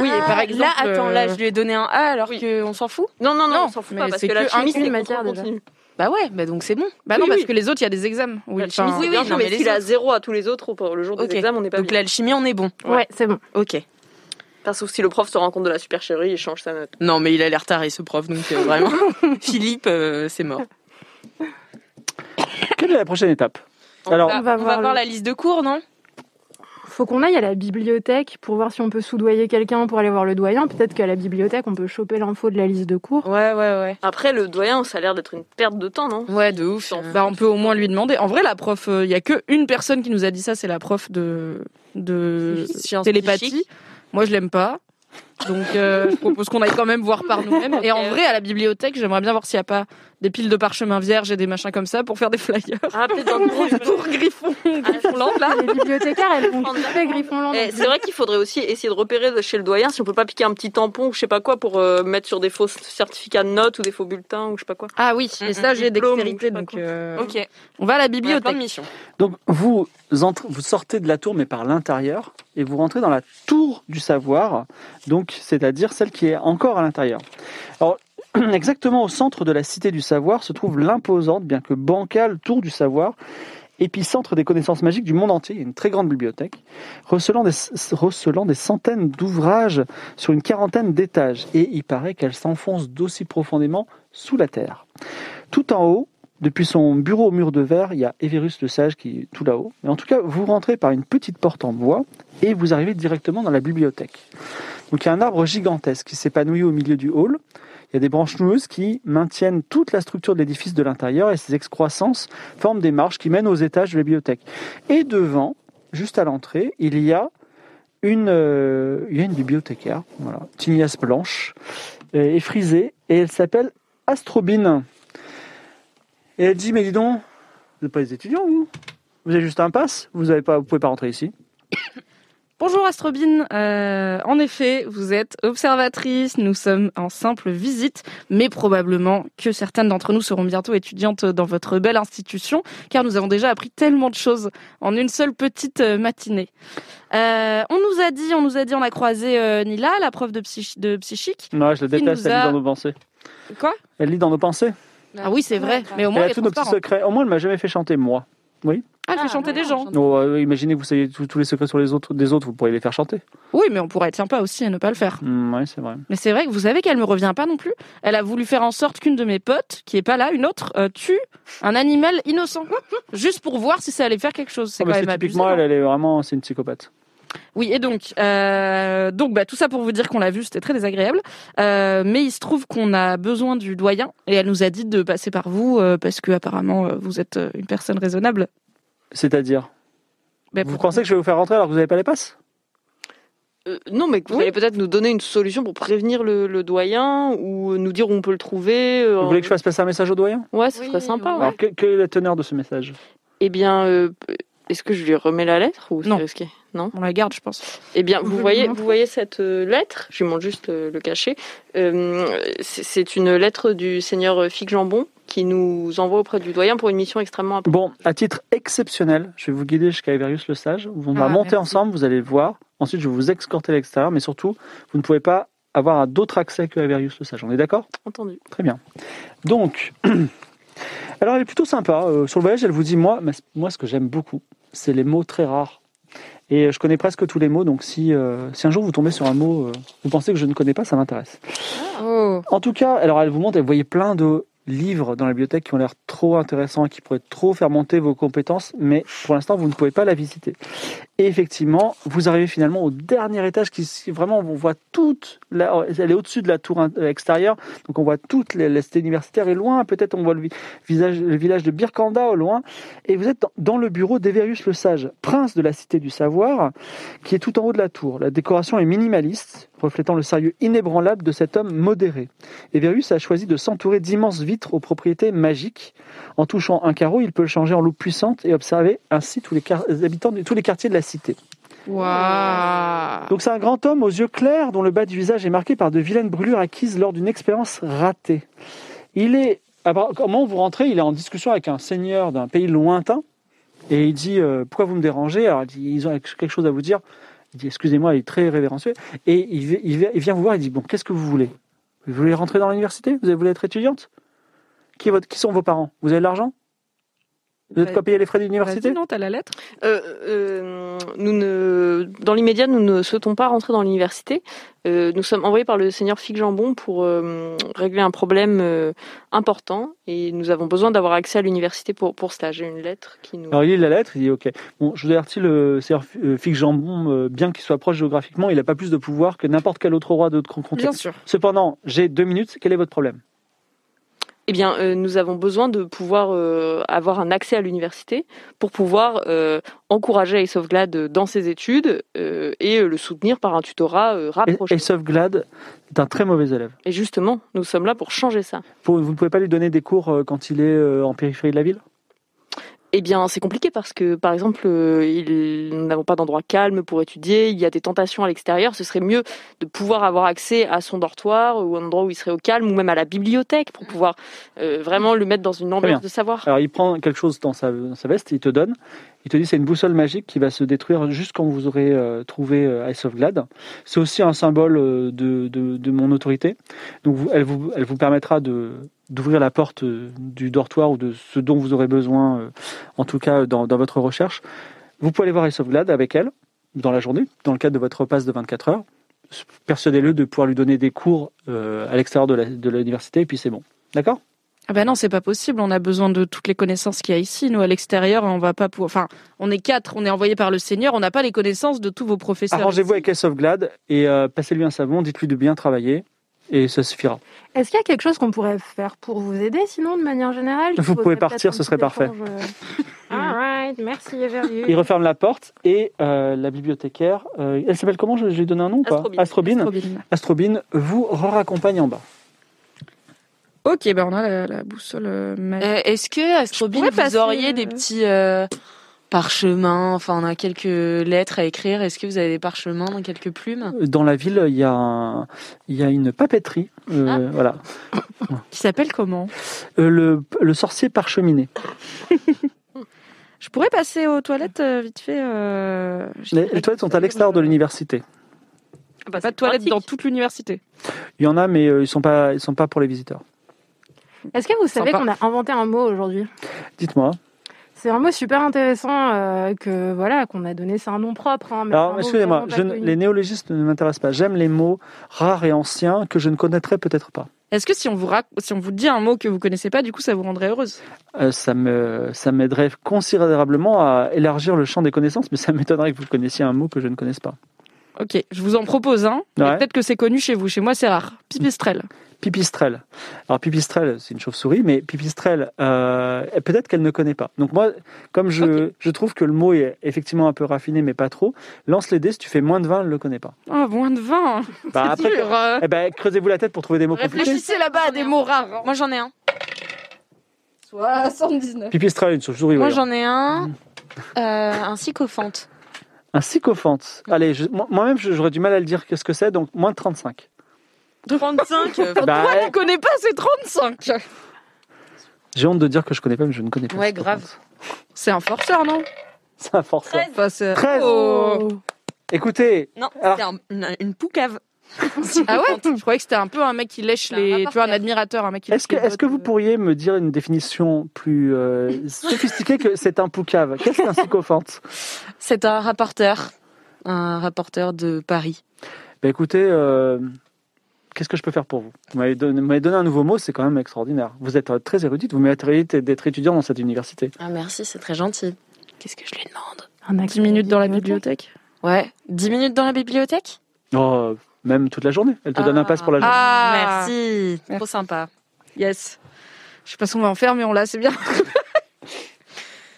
E: Oui,
D: et par exemple,
E: Ah, Là, attends, là,
D: euh,
E: je lui ai donné un A alors
F: oui.
E: qu'on s'en fout
F: Non, non, non,
D: Non,
F: on s'en fout
D: mais
F: pas parce
D: c'est
F: que la
D: que
F: chimie,
D: un-
F: c'est
C: une
F: le
C: matière,
F: contrôle
C: déjà.
F: continu.
E: Bah ouais, bah donc c'est bon.
D: Bah non,
F: Oui,
D: parce
F: oui.
D: que les autres, il y a des examens. Ah. Oui,
F: La chimie,
D: enfin,
F: c'est
E: oui,
F: bien,
E: oui,
F: non, mais,
E: mais les
F: s'il a
E: autres.
F: zéro à tous les autres au- pour le jour
E: Ok.
F: des examens, on n'est pas
E: Donc
F: bien.
E: l'alchimie, on est bon.
C: Ouais, c'est bon.
E: Ok.
F: Enfin, sauf si le prof se rend compte de la supercherie et change sa note.
E: Non, mais il a l'air taré, ce prof, donc euh, vraiment. Philippe, euh, c'est mort.
B: Quelle est la prochaine étape Alors,
F: Alors,
E: Bah, on
C: va
E: va,
C: voir
E: voir
C: le-
E: la liste de cours, non
C: Faut qu'on aille à la bibliothèque pour voir si on peut soudoyer quelqu'un pour aller voir le doyen. Peut-être qu'à la bibliothèque, on peut choper l'info de la liste de cours.
E: Ouais, ouais, ouais.
F: Après, le doyen, ça a l'air d'être une perte de temps, non
E: Ouais, de ouf.
F: Sans-
D: Bah, on peut au moins lui demander. En vrai, la prof, euh, il y a que une personne qui nous a dit ça, c'est la prof de de
E: Science
D: télépathie.
E: psychique.
D: Moi, je l'aime pas. Donc, euh, je propose qu'on aille quand même voir par nous-mêmes. Et en vrai, à la bibliothèque, j'aimerais bien voir s'il n'y a pas des piles de parchemins vierges et des machins comme ça pour faire des flyers.
F: Ah, peut-être dans le bureau, je me-
D: Pour Griffon, Griffonland, là.
C: Les bibliothécaires, elles vont kiffer Griffon
F: Eh, c'est vrai qu'il faudrait aussi essayer de repérer de chez le doyen si on peut pas piquer un petit tampon ou je sais pas quoi pour euh, mettre sur des faux certificats de notes ou des faux bulletins ou je sais pas quoi.
D: Ah oui, et ça, j'ai
F: Diplôme,
D: dextérité.
F: je sais pas
D: Donc,
F: quoi.
D: euh,
E: Ok.
D: on va à la
E: Bibliothèque.
D: bibliothèque.
E: mission.
B: donc vous, entrez- vous sortez de la tour, mais par l'intérieur, et vous rentrez dans la tour du savoir, donc c'est-à-dire celle qui est encore à l'intérieur. Alors, exactement au centre de la cité du savoir se trouve l'imposante, bien que bancale, tour du savoir, épicentre des connaissances magiques du monde entier, Il y a une très grande bibliothèque, recelant des, recelant des centaines d'ouvrages sur une quarantaine d'étages, et il paraît qu'elle s'enfonce d'aussi profondément sous la terre. Tout en haut, depuis son bureau au mur de verre, il y a Everus le Sage qui est tout là-haut. Mais en tout cas, vous rentrez par une petite porte en bois et vous arrivez directement dans la bibliothèque. Donc il y a un arbre gigantesque qui s'épanouit au milieu du hall. Il y a des branches noueuses qui maintiennent toute la structure de l'édifice de l'intérieur et ses excroissances forment des marches qui mènent aux étages de la bibliothèque. Et devant, juste à l'entrée, il y a une, euh, il y a une bibliothécaire, voilà, tignasse blanche euh, et frisée, et elle s'appelle Astrobine. Et elle dit, mais dis donc, vous n'êtes pas des étudiants, vous Vous avez juste un pass Vous avez pas, vous pouvez pas rentrer ici
D: Bonjour Astrobine, Euh, en effet, vous êtes observatrice, nous sommes en simple visite, mais probablement que certaines d'entre nous seront bientôt étudiantes dans votre belle institution, car nous avons déjà appris tellement de choses en une seule petite euh, matinée. Euh, on nous a dit, on nous a dit, on a croisé euh, Nila, la prof de, psychi- de psychique.
B: Non, je la déteste,
D: nous
B: elle
D: a-
B: lit dans nos pensées.
D: Quoi
B: Elle lit dans nos pensées.
D: Ah oui, c'est vrai, mais au moins
B: elle
D: elle
B: a
D: est
B: tous nos petits
D: transparente.
B: secrets. Au moins, elle m'a jamais fait chanter, moi.
D: Ah, elle fait chanter des gens.
B: Oh, euh, imaginez que vous saviez tous tous les secrets sur les autres, des autres, vous pourriez les faire chanter.
D: Oui, mais on pourrait être sympa aussi et ne pas le faire.
B: Hmm, oui, c'est vrai.
D: Mais c'est vrai que vous savez qu'elle me revient pas non plus. Elle a voulu faire en sorte qu'une de mes potes, qui est pas là, une autre, euh, tue un animal innocent. juste pour voir si ça allait faire quelque chose. C'est
B: Ah,
D: quand
B: parce
D: même
B: que
D: abusé. hein.
B: typiquement,
D: non
B: elle, elle est vraiment, c'est une psychopathe.
D: Oui, et donc, euh, donc bah, tout ça pour vous dire qu'on l'a vue, c'était très désagréable. Euh, mais il se trouve qu'on a besoin du doyen et elle nous a dit de passer par vous euh, parce que apparemment euh, vous êtes euh, une personne raisonnable.
B: C'est-à-dire,
D: Bah,
B: vous
D: pour-
B: pensez que je vais vous faire rentrer alors que vous n'avez pas les passes
F: Euh, non, mais que vous
D: Oui.
F: allez peut-être nous donner une solution pour prévenir le, le doyen ou nous dire où on peut le trouver. euh,
B: Vous voulez que je fasse passer un message au doyen
F: Ouais, ce
D: Oui,
F: serait sympa.
D: ouais.
F: ouais.
B: Alors, que- quelle est la teneur de ce message
F: Eh bien, euh, est-ce que je lui remets la lettre ou c'est
D: Non.
F: risqué Non.
D: On la garde, je pense.
F: Eh bien,
C: Je
F: vous
C: lui
F: voyez,
C: montre.
F: vous voyez cette euh, lettre. Je lui montre juste euh, le cachet. Euh, c'est- c'est une lettre du seigneur euh, Fig Jambon qui nous envoie auprès du doyen pour une mission extrêmement importante.
B: Bon, à titre exceptionnel, je vais vous guider jusqu'à Everius le Sage. On va
D: Ah,
B: monter
D: merci.
B: ensemble, vous allez le voir. Ensuite, je vais vous escorter à l'extérieur, mais surtout, vous ne pouvez pas avoir d'autre accès que Everius le Sage. On est d'accord
F: Entendu.
B: Très bien. Donc, alors elle est plutôt sympa. Euh, sur le voyage, elle vous dit moi, ma- moi ce que j'aime beaucoup, c'est les mots très rares. Et euh, je connais presque tous les mots, donc si, euh, si un jour vous tombez sur un mot, euh, vous pensez que je ne connais pas, ça m'intéresse.
D: Oh.
B: En tout cas, alors elle vous montre, vous voyez plein de livres dans la bibliothèque qui ont l'air trop intéressants, qui pourraient trop faire monter vos compétences, mais pour l'instant, vous ne pouvez pas la visiter. Et effectivement, vous arrivez finalement au dernier étage, qui qui- vraiment, on voit toute, la, elle est au-dessus de la tour in- extérieure, donc on voit toute la la cité universitaire et loin, peut-être on voit le, vi- visage, le village de Birkanda au loin, et vous êtes dans, dans le bureau d'Everius le Sage, prince de la cité du savoir, qui est tout en haut de la tour. La décoration est minimaliste, reflétant le sérieux inébranlable de cet homme modéré. Everius a choisi de s'entourer d'immenses vitres aux propriétés magiques. En touchant un carreau, il peut le changer en loupe puissante et observer ainsi tous les, quar- les habitants de tous les quartiers de la cité.
D: Waouh.
B: Donc c'est un grand homme aux yeux clairs dont le bas du visage est marqué par de vilaines brûlures acquises lors d'une expérience ratée. Il est, alors, comment vous rentrez Il est en discussion avec un seigneur d'un pays lointain et il dit euh, pourquoi vous me dérangez Alors il dit, ils ont quelque chose à vous dire. Il dit excusez-moi, il est très révérencieux et il, vi- il vi- il vient vous voir. Il dit bon qu'est-ce que vous voulez Vous voulez rentrer dans l'université Vous voulez être étudiante qui, est votre- qui sont vos parents Vous avez de l'argent Vous êtes
D: Bah,
B: quoi payer les frais
D: Vas-y,
B: d'université
D: non, t'as la lettre.
F: Euh, euh, nous ne, dans l'immédiat, nous ne souhaitons pas rentrer dans l'université. Euh, nous sommes envoyés par le seigneur Fig Jambon pour euh, régler un problème euh, important et nous avons besoin d'avoir accès à l'université pour, pour cela. J'ai une lettre qui nous.
B: Alors il lit la lettre, il dit ok. Bon, je vous avertis, le seigneur Fix Jambon, euh, bien qu'il soit proche géographiquement, il n'a pas plus de pouvoir que n'importe quel autre roi d'autre
D: Bien
B: contexte.
D: sûr.
B: Cependant, j'ai deux minutes. Quel est votre problème
F: Eh bien, euh, nous avons besoin de pouvoir euh, avoir un accès à l'université pour pouvoir euh, encourager Ace of Glad euh, dans ses études euh, et euh, le soutenir par un tutorat euh,
D: Ah,
B: Et
F: rapproché.
B: Aesop Glad est un très mauvais élève.
F: Et justement, nous sommes là pour changer ça.
B: Faut- vous ne pouvez pas lui donner des cours euh, quand il est euh, en périphérie de la ville
F: Eh bien, c'est compliqué parce que, par exemple, euh, il- nous n'avons pas d'endroit calme pour étudier, il y a des tentations à l'extérieur, ce serait mieux de pouvoir avoir accès à son dortoir ou un endroit où il serait au calme ou même à la bibliothèque pour pouvoir euh, vraiment le mettre dans une
B: Très bien.
F: ambiance de savoir.
B: Alors il prend quelque chose dans sa, dans sa veste, il te donne. Il te dit c'est une boussole magique qui va se détruire juste quand vous aurez euh, trouvé euh, Ice of Glad. C'est aussi un symbole euh, de, de- de mon autorité. Donc vous- elle, vous, elle vous permettra de d'ouvrir la porte euh, du dortoir ou de ce dont vous aurez besoin, euh, en tout cas euh, dans, dans votre recherche. Vous pouvez aller voir Ice of Glad avec elle dans la journée, dans le cadre de votre passe de 24 heures. Persuadez-le de pouvoir lui donner des cours euh, à l'extérieur de la- de l'université et puis c'est bon. D'accord
D: Ah ben non, c'est pas possible. On a besoin de toutes les connaissances qu'il y a ici. Nous, à l'extérieur, on va pas pouvoir. Enfin, on est quatre, on est envoyé par le Seigneur, on n'a pas les connaissances de tous vos professeurs.
B: Arrangez-vous
D: ici.
B: Ah, avec Ace of Glad et euh, passez-lui un savon, dites-lui de bien travailler et ça suffira.
C: Est-ce qu'il y a quelque chose qu'on pourrait faire pour vous aider, sinon, de manière générale
B: Vous
C: Il faudrait
B: pouvez partir,
C: peut-être
B: ce
C: un
B: serait
C: petit
B: parfait.
C: échange, euh. All right, merci Everius.
B: Il referme la porte et euh, la bibliothécaire, euh, elle s'appelle comment Je je lui ai donné un nom ou pas
F: Astrobine.
B: Astrobine.
D: Robin.
B: Astrobine vous raccompagne en bas.
D: Ok, ben on a la, la boussole. euh, magique.
E: Euh, Est-ce que,
D: pourrais
E: Astrobine, vous
D: passer,
E: auriez
D: euh,
E: des petits euh, parchemins, enfin on a quelques lettres à écrire. Est-ce que vous avez des parchemins dans quelques plumes
B: Dans la ville, il y a, un- il y a une papeterie. euh, Voilà.
D: Qui s'appelle comment
B: Euh, le, le sorcier parcheminé.
D: Je pourrais passer aux toilettes euh, vite fait. euh, j'ai-
B: Les, les toilettes sont à l'extérieur de l'université.
D: Pas de toilettes dans toute l'université.
B: Il y en a, mais euh, ils sont pas, ils sont pas pour les visiteurs.
C: Est-ce que vous savez
D: Sympa.
C: qu'on a inventé un mot aujourd'hui
B: Dites-moi.
C: C'est un mot super intéressant euh, que voilà qu'on a donné. C'est un nom propre. hein, mais c'est un
B: Alors,
C: mot
B: excusez-moi,
C: vraiment pas
B: je ne-
C: connu.
B: les néologistes ne m'intéressent pas. J'aime les mots rares et anciens que je ne connaîtrais peut-être pas.
D: Est-ce que si on, vous rac- si on vous dit un mot que vous connaissez pas, du coup, ça vous rendrait heureuse
B: Euh, ça me, ça m'aiderait considérablement à élargir le champ des connaissances, mais ça m'étonnerait que vous connaissiez un mot que je ne connaisse pas.
D: Ok, je vous en propose un. mais
B: Ouais. Mm.
D: Peut-être que c'est connu chez vous. Chez moi, c'est rare. Pipistrelle.
B: Pipistrelle. Alors pipistrelle, c'est une chauve-souris, mais pipistrelle, euh, peut-être qu'elle ne connaît pas. Donc moi, comme je, je trouve que le mot est effectivement un peu raffiné, mais pas trop, lance les dés. Si tu fais moins de 20, elle ne le connaît pas.
D: Ah, moins de 20.
B: Bah,
D: c'est dur. euh.
B: eh ben, creusez-vous la tête pour trouver des mots compliqués.
D: Réfléchissez là-bas à des mots rares. hein.
E: Moi j'en ai un.
D: 79.
B: Pipistrelle, une chauve-souris.
E: Moi
B: voyons.
E: j'en ai un. Euh, un sycophante.
B: Un sycophante. Allez, je- moi- moi-même, je- j'aurais du mal à le dire qu'est-ce que c'est, donc moins de 35.
E: 35 euh,
B: Bah,
D: Tu connais pas, c'est 35.
B: j'ai honte de dire que je connais pas, mais je ne connais pas.
E: Ouais,
B: sycophante.
E: grave.
D: C'est un forceur, non
B: C'est un forceur.
D: Enfin, c'est-
B: 13.
D: Oh.
B: Écoutez,
E: Non,
B: Alors-
E: c'est un- une, une poucave.
D: Ah ouais Je croyais que c'était un peu un mec qui lèche
E: C'est un
D: les.
E: rapport
D: Tu vois, un
E: clair.
D: admirateur, un mec qui lèche
B: est-ce que,
D: les
B: est que
D: bottes,
B: vous
D: euh.
B: pourriez me dire une définition plus euh, sophistiquée que c'est un poucave Qu'est-ce qu'un sycophante
E: C'est un rapporteur. Un rapporteur de Paris.
B: Bah, Écoutez, euh, qu'est-ce que je peux faire pour vous Vous m'avez donné, vous m'avez donné un nouveau mot, c'est quand même extraordinaire. Vous êtes euh, très érudite, vous méritez d'être étudiant dans cette université.
E: Ah merci, c'est très gentil. Qu'est-ce que je lui demande
C: Un acte
D: 10 minutes dans la
C: bibliothèque.
D: bibliothèque
E: Ouais, 10 minutes dans la bibliothèque
B: Oh, euh, même toute la journée. Elle te donne un passe pour la journée.
D: Ah.
E: Merci, trop sympa.
D: Yes. Je sais pas si on va en faire, mais on l'a, c'est bien.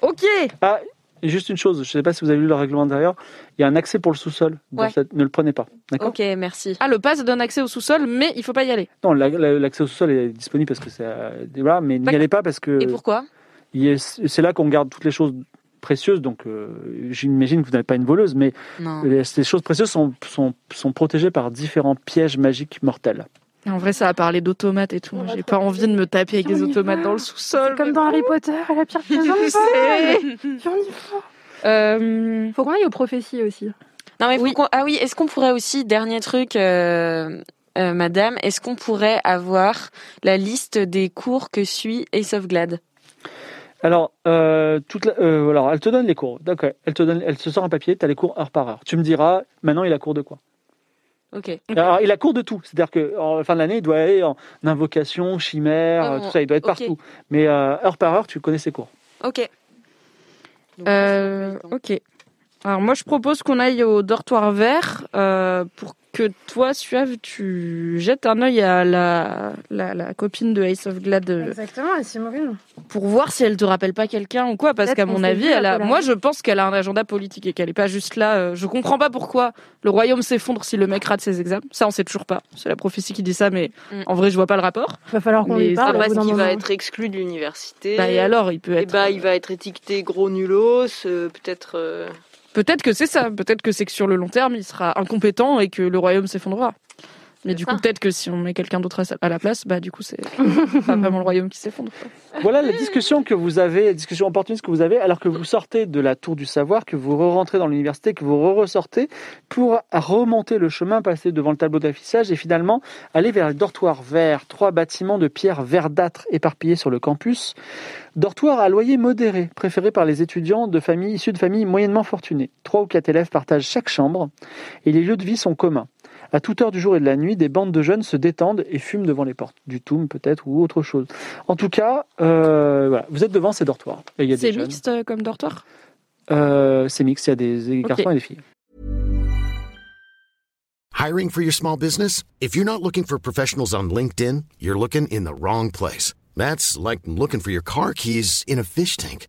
D: ok.
B: Et juste une chose, je ne sais pas si vous avez lu le règlement derrière, il y a un accès pour le sous-sol. dans
E: Ouais. Oh.
B: cette- Ne le prenez pas. D'accord
E: Ok, merci.
D: Ah, le pass donne accès au sous-sol, mais il faut pas y aller.
B: Non, la- la- l'accès au sous-sol est disponible parce que c'est. euh, voilà, mais n'y
E: D'accord.
B: allez pas parce que.
E: Et pourquoi
B: il y a- C'est là qu'on garde toutes les choses précieuses, donc euh, j'imagine que vous n'êtes pas une voleuse, mais
E: Non.
B: les- ces choses précieuses sont, sont, sont protégées par différents pièges magiques mortels.
D: Et En vrai, ça a parlé d'automates et tout. J'ai pas envie de me taper avec des
C: On y
D: automates
C: va.
D: dans le sous-sol.
C: Comme dans Harry Potter, à la pierre
D: Je sais. Euh,
C: Faut qu'on aille aux prophéties aussi.
E: Non mais faut qu'on- ah oui, est-ce qu'on pourrait aussi dernier truc, euh, euh, Madame, est-ce qu'on pourrait avoir la liste des cours que suit Ace of Glad
B: Alors, euh, toute la- euh, alors, elle te donne les cours, d'accord, elle te, donne, elle te sort un papier, tu as les cours heure par heure. Tu me diras, maintenant il a cours de quoi
E: Ok.
B: Alors, il a cours de tout, c'est-à-dire qu'en fin de l'année, il doit aller en invocation, chimère, euh,
E: Ouais, Ah bon,
B: tout ça, il doit être
E: ok.
B: partout. Mais euh, heure par heure, tu connais ses cours.
E: Ok. Donc,
D: euh, ok. Alors moi, je propose qu'on aille au dortoir vert euh, pour que toi, Suave, tu jettes un œil à la, la, la copine de Ace of Glad euh,
C: Exactement, et Simone.
D: pour voir si elle te rappelle pas quelqu'un ou quoi. Parce
C: Peut-être
D: qu'à
C: qu'on
D: mon
C: s'est
D: avis,
C: vu à
D: elle a...
C: Polaris.
D: moi, je pense qu'elle a un agenda politique et qu'elle est pas juste là. euh, Je comprends pas pourquoi le royaume s'effondre si le mec rate ses examens. Ça, on sait toujours pas. C'est la prophétie qui dit ça, mais
E: Mm.
D: en vrai, je vois pas le rapport.
C: Va falloir qu'on
D: Mais
C: lui
D: ça
C: parle.
D: va,
C: au bout
D: ce
C: d'un
F: Il Ah, va
C: moment.
F: être exclu de l'université.
D: Bah, et alors, il peut
F: Eh
D: être.
F: ben, il va être étiqueté gros nulos, euh, peut-être. euh,
D: Peut-être que c'est ça. Peut-être que c'est que sur le long terme, il sera incompétent et que le royaume s'effondrera. Mais du coup, peut-être que si on met quelqu'un d'autre à sa- à la place, bah du coup, c'est pas vraiment le royaume qui s'effondre. quoi.
B: Voilà la discussion que vous avez, la discussion opportuniste que vous avez, alors que vous sortez de la tour du savoir, que vous re-rentrez dans l'université, que vous re-ressortez pour remonter le chemin, passer devant le tableau d'affichage et finalement aller vers le dortoir vert, trois bâtiments de pierre verdâtre éparpillés sur le campus. Dortoir à loyer modéré, préféré par les étudiants de familles issus de familles moyennement fortunées. Trois ou quatre élèves partagent chaque chambre et les lieux de vie sont communs. À toute heure du jour et de la nuit, des bandes de jeunes se détendent et fument devant les portes, du toum peut-être ou autre chose. En tout cas, euh, voilà, vous êtes devant ces dortoirs. Et il y a des
D: C'est
B: jeunes.
D: mixte euh, comme dortoir.
B: Euh, c'est mixte, il y a des garçons et des filles.
G: Hiring for your small business? If you're not looking for professionals on LinkedIn, you're looking in the wrong place. That's like looking for your car keys in a fish tank.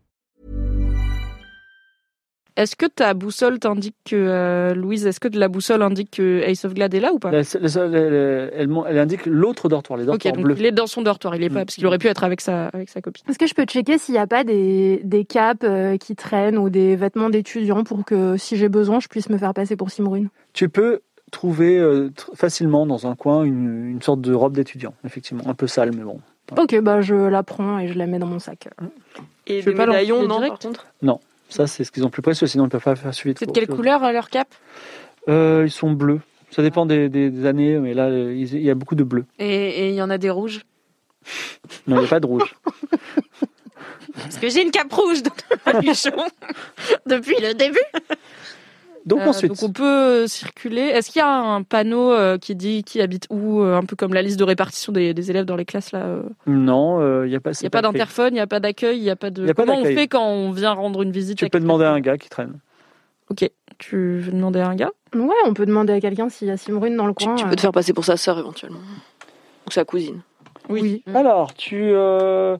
D: Est-ce que ta boussole t'indique que euh, Louise, est-ce que de la boussole indique que Ace of Glad est là ou pas
B: La- la- la- la- elle, mon- elle indique l'autre dortoir, les
D: Ok,
B: dortoirs
D: donc
B: bleus.
D: il est dans son dortoir, il est pas,
B: Mm.
D: parce qu'il aurait pu être avec sa, avec sa copine.
C: Est-ce que je peux checker s'il n'y a pas des, des capes euh, qui traînent ou des vêtements d'étudiants pour que si j'ai besoin, je puisse me faire passer pour Simrune
B: Tu peux trouver euh, tr- facilement dans un coin une, une sorte de robe d'étudiant, effectivement, un peu sale, mais bon.
C: Ok, bah je la prends et je la mets dans mon sac.
F: Et
D: Je
F: le
D: vais pas l'enfiler
F: médaillon, non,
D: direct.
F: par contre
B: Ça, c'est ce qu'ils ont de plus précieux, sinon ils ne peuvent pas faire suivi.
D: C'est de
B: trop-
D: quelle couleur euh, leur cap
B: Euh, Ils sont bleus. Ça dépend des, des- des années, mais là, euh, ils- il y a beaucoup de bleus.
E: Et et il y en a des rouges.
B: Non, il n'y a pas de rouge.
E: Parce que j'ai une cape rouge donc Luchon, depuis le début.
B: Donc
D: Euh,
B: ensuite,
D: donc on peut euh, circuler. Est-ce qu'il y a un panneau euh, qui dit qui habite où, euh, un peu comme la liste de répartition des, des élèves dans les classes là euh
B: non, euh, il n'y a pas,
D: Il n'y
B: c'est
D: a pas
B: écrit.
D: d'interphone, il n'y a pas d'accueil, il n'y a pas de.
B: Il y a pas
D: Comment on
B: d'accueil.
D: fait quand on vient rendre une visite
B: Tu
D: à
B: peux
D: quelqu'un
B: demander à un gars qui traîne.
D: Ok, tu veux demander à un gars
C: Ouais, on peut demander à quelqu'un s'il y a Simrune dans le
F: Tu,
C: coin.
F: tu
C: euh.
F: peux te faire passer pour sa sœur éventuellement. Ou sa cousine.
D: Oui.
E: Mm.
B: Alors, tu, euh,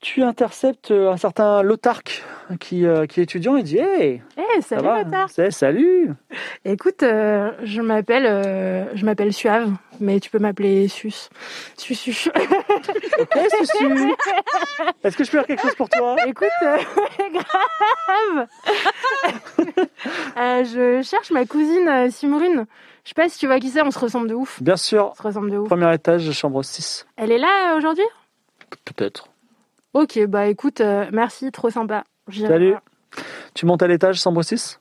B: tu interceptes euh, un certain Lotark qui, euh, qui est étudiant et dit Hey,
C: Eh,
B: ça
C: salut
B: va
C: bâtard
B: C'est- Salut
C: Écoute, euh, je m'appelle euh, je m'appelle Suave, mais tu peux m'appeler Sus. Sus, Sus.
B: Ok, Susu Est-ce que je peux faire quelque chose pour toi
C: Écoute, euh, grave Euh, Je cherche ma cousine euh, Simrune. Je sais pas si tu vois qui c'est, on se ressemble de ouf.
B: Bien sûr,
C: On se ressemble de ouf.
B: premier étage, chambre 6.
C: Elle est là euh, aujourd'hui
B: Peut-être.
C: Ok, bah écoute, euh, merci, trop sympa. J'irai
B: Salut.
C: voir.
B: Tu montes à l'étage, chambre 6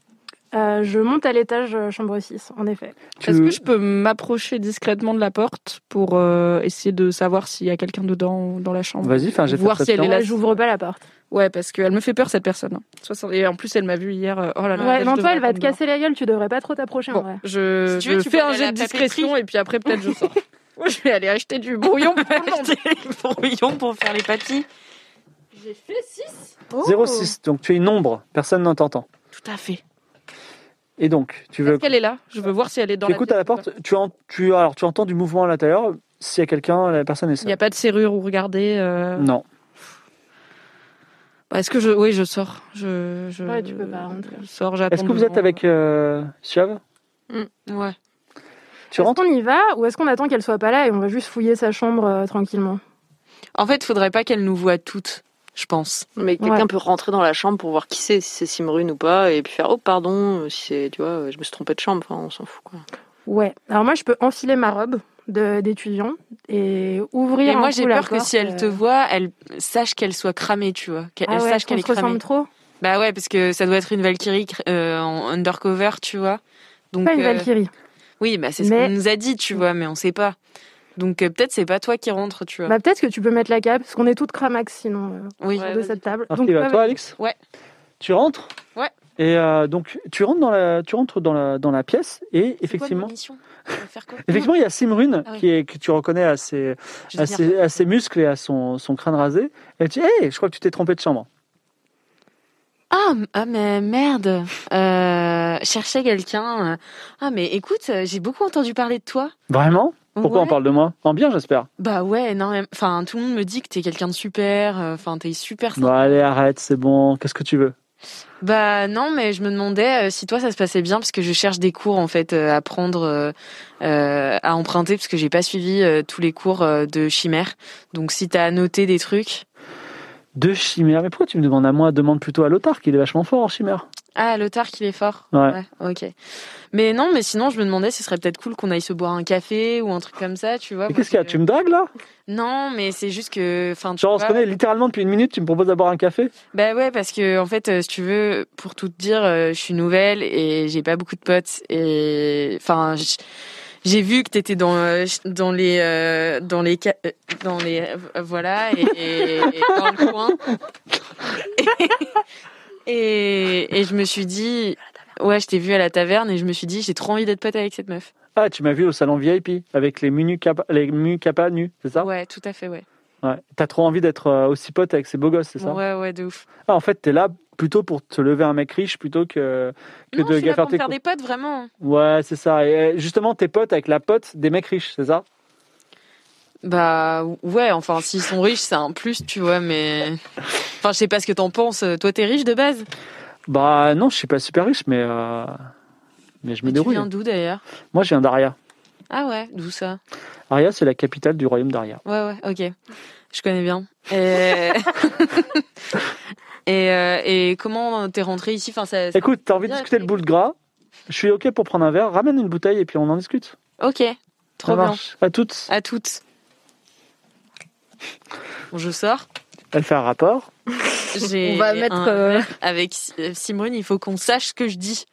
C: Euh, je monte à l'étage euh, chambre 6, en effet.
B: tu...
D: Est-ce que je peux m'approcher discrètement de la porte pour euh, essayer de savoir s'il y a quelqu'un dedans dans la chambre
B: Vas-y, fais un jet de
D: Voir si elle est
B: perception.
D: là.
C: Ouais, j'ouvre pas la porte.
D: Ouais, parce qu'elle me fait peur cette personne. hein. 60 Et en plus, elle m'a vu hier. euh, Oh là là.
C: ouais,
D: elle,
C: non, toi,
D: je devrais
C: elle va te
D: attendre.
C: casser la gueule, tu devrais pas trop t'approcher en
D: Bon,
C: vrai.
D: je,
E: Si tu veux,
D: je
E: tu
D: fais
E: peux
D: un
E: aller à
D: jet
E: la
D: de discrétion
E: papeterie.
D: et puis après, peut-être je sors. Moi, je vais aller acheter du brouillon pour le monde.
E: Brouillon pour faire les papilles.
D: J'ai fait 6.
B: 06, donc tu es une ombre, personne n'en t'entend.
E: Tout à fait.
B: Et donc, tu
D: Est-ce
B: veux.
D: qu'elle est là Je veux voir si elle est dans
B: Tu
D: la
B: écoutes à la
D: pièce ou pas.
B: porte, tu, en- tu, alors, tu entends du mouvement à l'intérieur, s'il y a quelqu'un, la personne est
D: Il
B: seule.
D: n'y a pas de serrure ou regarder. euh,
B: Non.
D: bah, Est-ce que je. Oui, je sors. Je, je...
C: Ouais, tu peux pas rentrer.
D: Je sors, j'attends.
B: Est-ce que vous
D: devant.
B: êtes avec euh, Suave
E: Mm, Ouais.
B: Tu
C: Est-ce
B: rentres
C: qu'on y va ou est-ce qu'on attend qu'elle soit pas là et on va juste fouiller sa chambre euh, tranquillement
E: En fait, faudrait pas qu'elle nous voie toutes, je pense.
F: Mais quelqu'un
C: Ouais.
F: peut rentrer dans la chambre pour voir qui c'est, si c'est Simrune ou pas, et puis faire oh pardon, euh, si c'est, tu vois, euh, je me suis trompé de chambre, enfin on s'en fout quoi.
C: Ouais. Alors moi, je peux enfiler ma robe de- d'étudiant et ouvrir.
E: Et
C: un
E: moi,
C: coup
E: j'ai
C: la
E: peur que
C: porte,
E: si elle te
C: euh,
E: voit, elle sache qu'elle soit cramée, tu vois. Qu'elle
C: ah
E: elle
C: ouais,
E: sache
C: qu'on
E: qu'elle est
C: se ressemble
E: cramée.
C: trop.
E: Bah ouais, parce que ça doit être une Valkyrie cr- euh, en undercover, tu vois. Donc,
C: Pas une
E: euh,
C: Valkyrie.
E: oui, bah c'est ce
C: Mais-
E: qu'on nous a dit, tu vois, mais on sait pas. Donc euh, peut-être c'est pas toi qui rentre, tu vois.
C: Bah peut-être que tu peux mettre la cape parce qu'on est toutes cramax sinon euh,
E: oui.
C: autour
F: Ouais,
C: de
F: vas-y.
C: cette table.
B: Archive à
C: ouais,
B: toi, Alex
E: Ouais.
B: Tu rentres
E: Ouais.
B: Et euh, donc, tu rentres dans la, tu rentres dans la, dans la pièce et effectivement. Mm. Effectivement, il y a Simrune
E: Ah oui.
B: qui est, que tu reconnais à ses, à ses, à ses muscles et à son, son crâne rasé. Elle dit Hé, je crois que tu t'es trompé de chambre.
E: Ah, m- ah, mais merde. Euh, cherchais quelqu'un. euh. Ah mais écoute, euh, j'ai beaucoup entendu parler de toi.
B: Vraiment Pourquoi
E: Ouais.
B: on parle de moi En bien, j'espère.
E: Bah ouais, non, mais- enfin tout le monde me dit que t'es quelqu'un de super. euh, Enfin t'es super.
B: Bon, allez, arrête, c'est bon. Qu'est-ce que tu veux
E: Bah non, mais je me demandais euh, si toi ça se passait bien parce que je cherche des cours en fait euh, à prendre, euh, euh, à emprunter parce que j'ai pas suivi euh, tous les cours euh, de chimère. Donc si t'as noté des trucs.
B: De chimère. Mais pourquoi tu me demandes à moi Demande plutôt à Lothar, qui est vachement fort en chimère.
E: Ah, le tard qu'il est fort.
B: Ouais.
E: Ok. Mais non, mais sinon je me demandais si ce serait peut-être cool qu'on aille se boire un café ou un truc comme ça, tu vois.
B: Mais qu'est-ce
E: parce
B: qu'il y a
E: que-
B: Tu me dragues là
E: Non, mais c'est juste que, enfin, tu
B: Genre, on se
E: vois-
B: connaît littéralement depuis une minute, tu me proposes d'avoir un café
E: Bah ouais, parce que en fait, euh, si tu veux, pour tout te dire, euh, je suis nouvelle et j'ai pas beaucoup de potes et enfin, j- j'ai vu que t'étais dans euh, ch- dans les euh, dans les ca- euh, dans les euh, voilà et, et- et dans le coin et, et je me suis dit ouais, je t'ai vu à la taverne et je me suis dit j'ai trop envie d'être pote avec cette meuf.
B: Ah, tu m'as vu au salon VIP avec les menus capa, les menus capa nus, c'est ça
E: Ouais, tout à fait, ouais.
B: Ouais. T'as trop envie d'être euh, aussi pote avec ces beaux gosses, c'est ça
E: Ouais, ouais, de ouf.
B: Ah, en fait, t'es là plutôt pour te lever un mec riche plutôt que, que
E: Non,
B: de
E: je suis là
B: gaffer
E: pour me
B: tes
E: faire
B: cou-
E: des potes, vraiment.
B: Ouais, c'est ça. Et euh, justement, t'es potes avec la pote des mecs riches, c'est ça
E: Bah ouais, enfin s'ils sont riches, c'est un plus, tu vois, mais enfin je sais pas ce que t'en penses. Toi t'es riche de base.
B: Bah non, je suis pas super riche, mais, euh, mais je me
E: Mais tu
B: débrouille.
E: viens d'où d'ailleurs
B: Moi, je viens d'Aria.
E: Ah ouais, d'où ça
B: Aria, c'est la capitale du royaume d'Aria.
E: Ouais ouais, ok, je connais bien. Et, et, euh, et comment t'es rentré ici Enfin ça.
B: Écoute, t'as envie de
E: Bien,
B: discuter
E: ok.
B: le boule de gras Je suis OK pour prendre un verre. Ramène une bouteille et puis on en discute.
E: Ok, trop
B: Ça
E: bien.
B: marche. À toutes.
E: À toutes. Bon, je sors.
B: Elle fait un rapport.
E: J'ai
C: On va mettre.
E: un-
C: euh,
E: avec Si- euh, Simone. Il faut qu'on sache ce que je dis.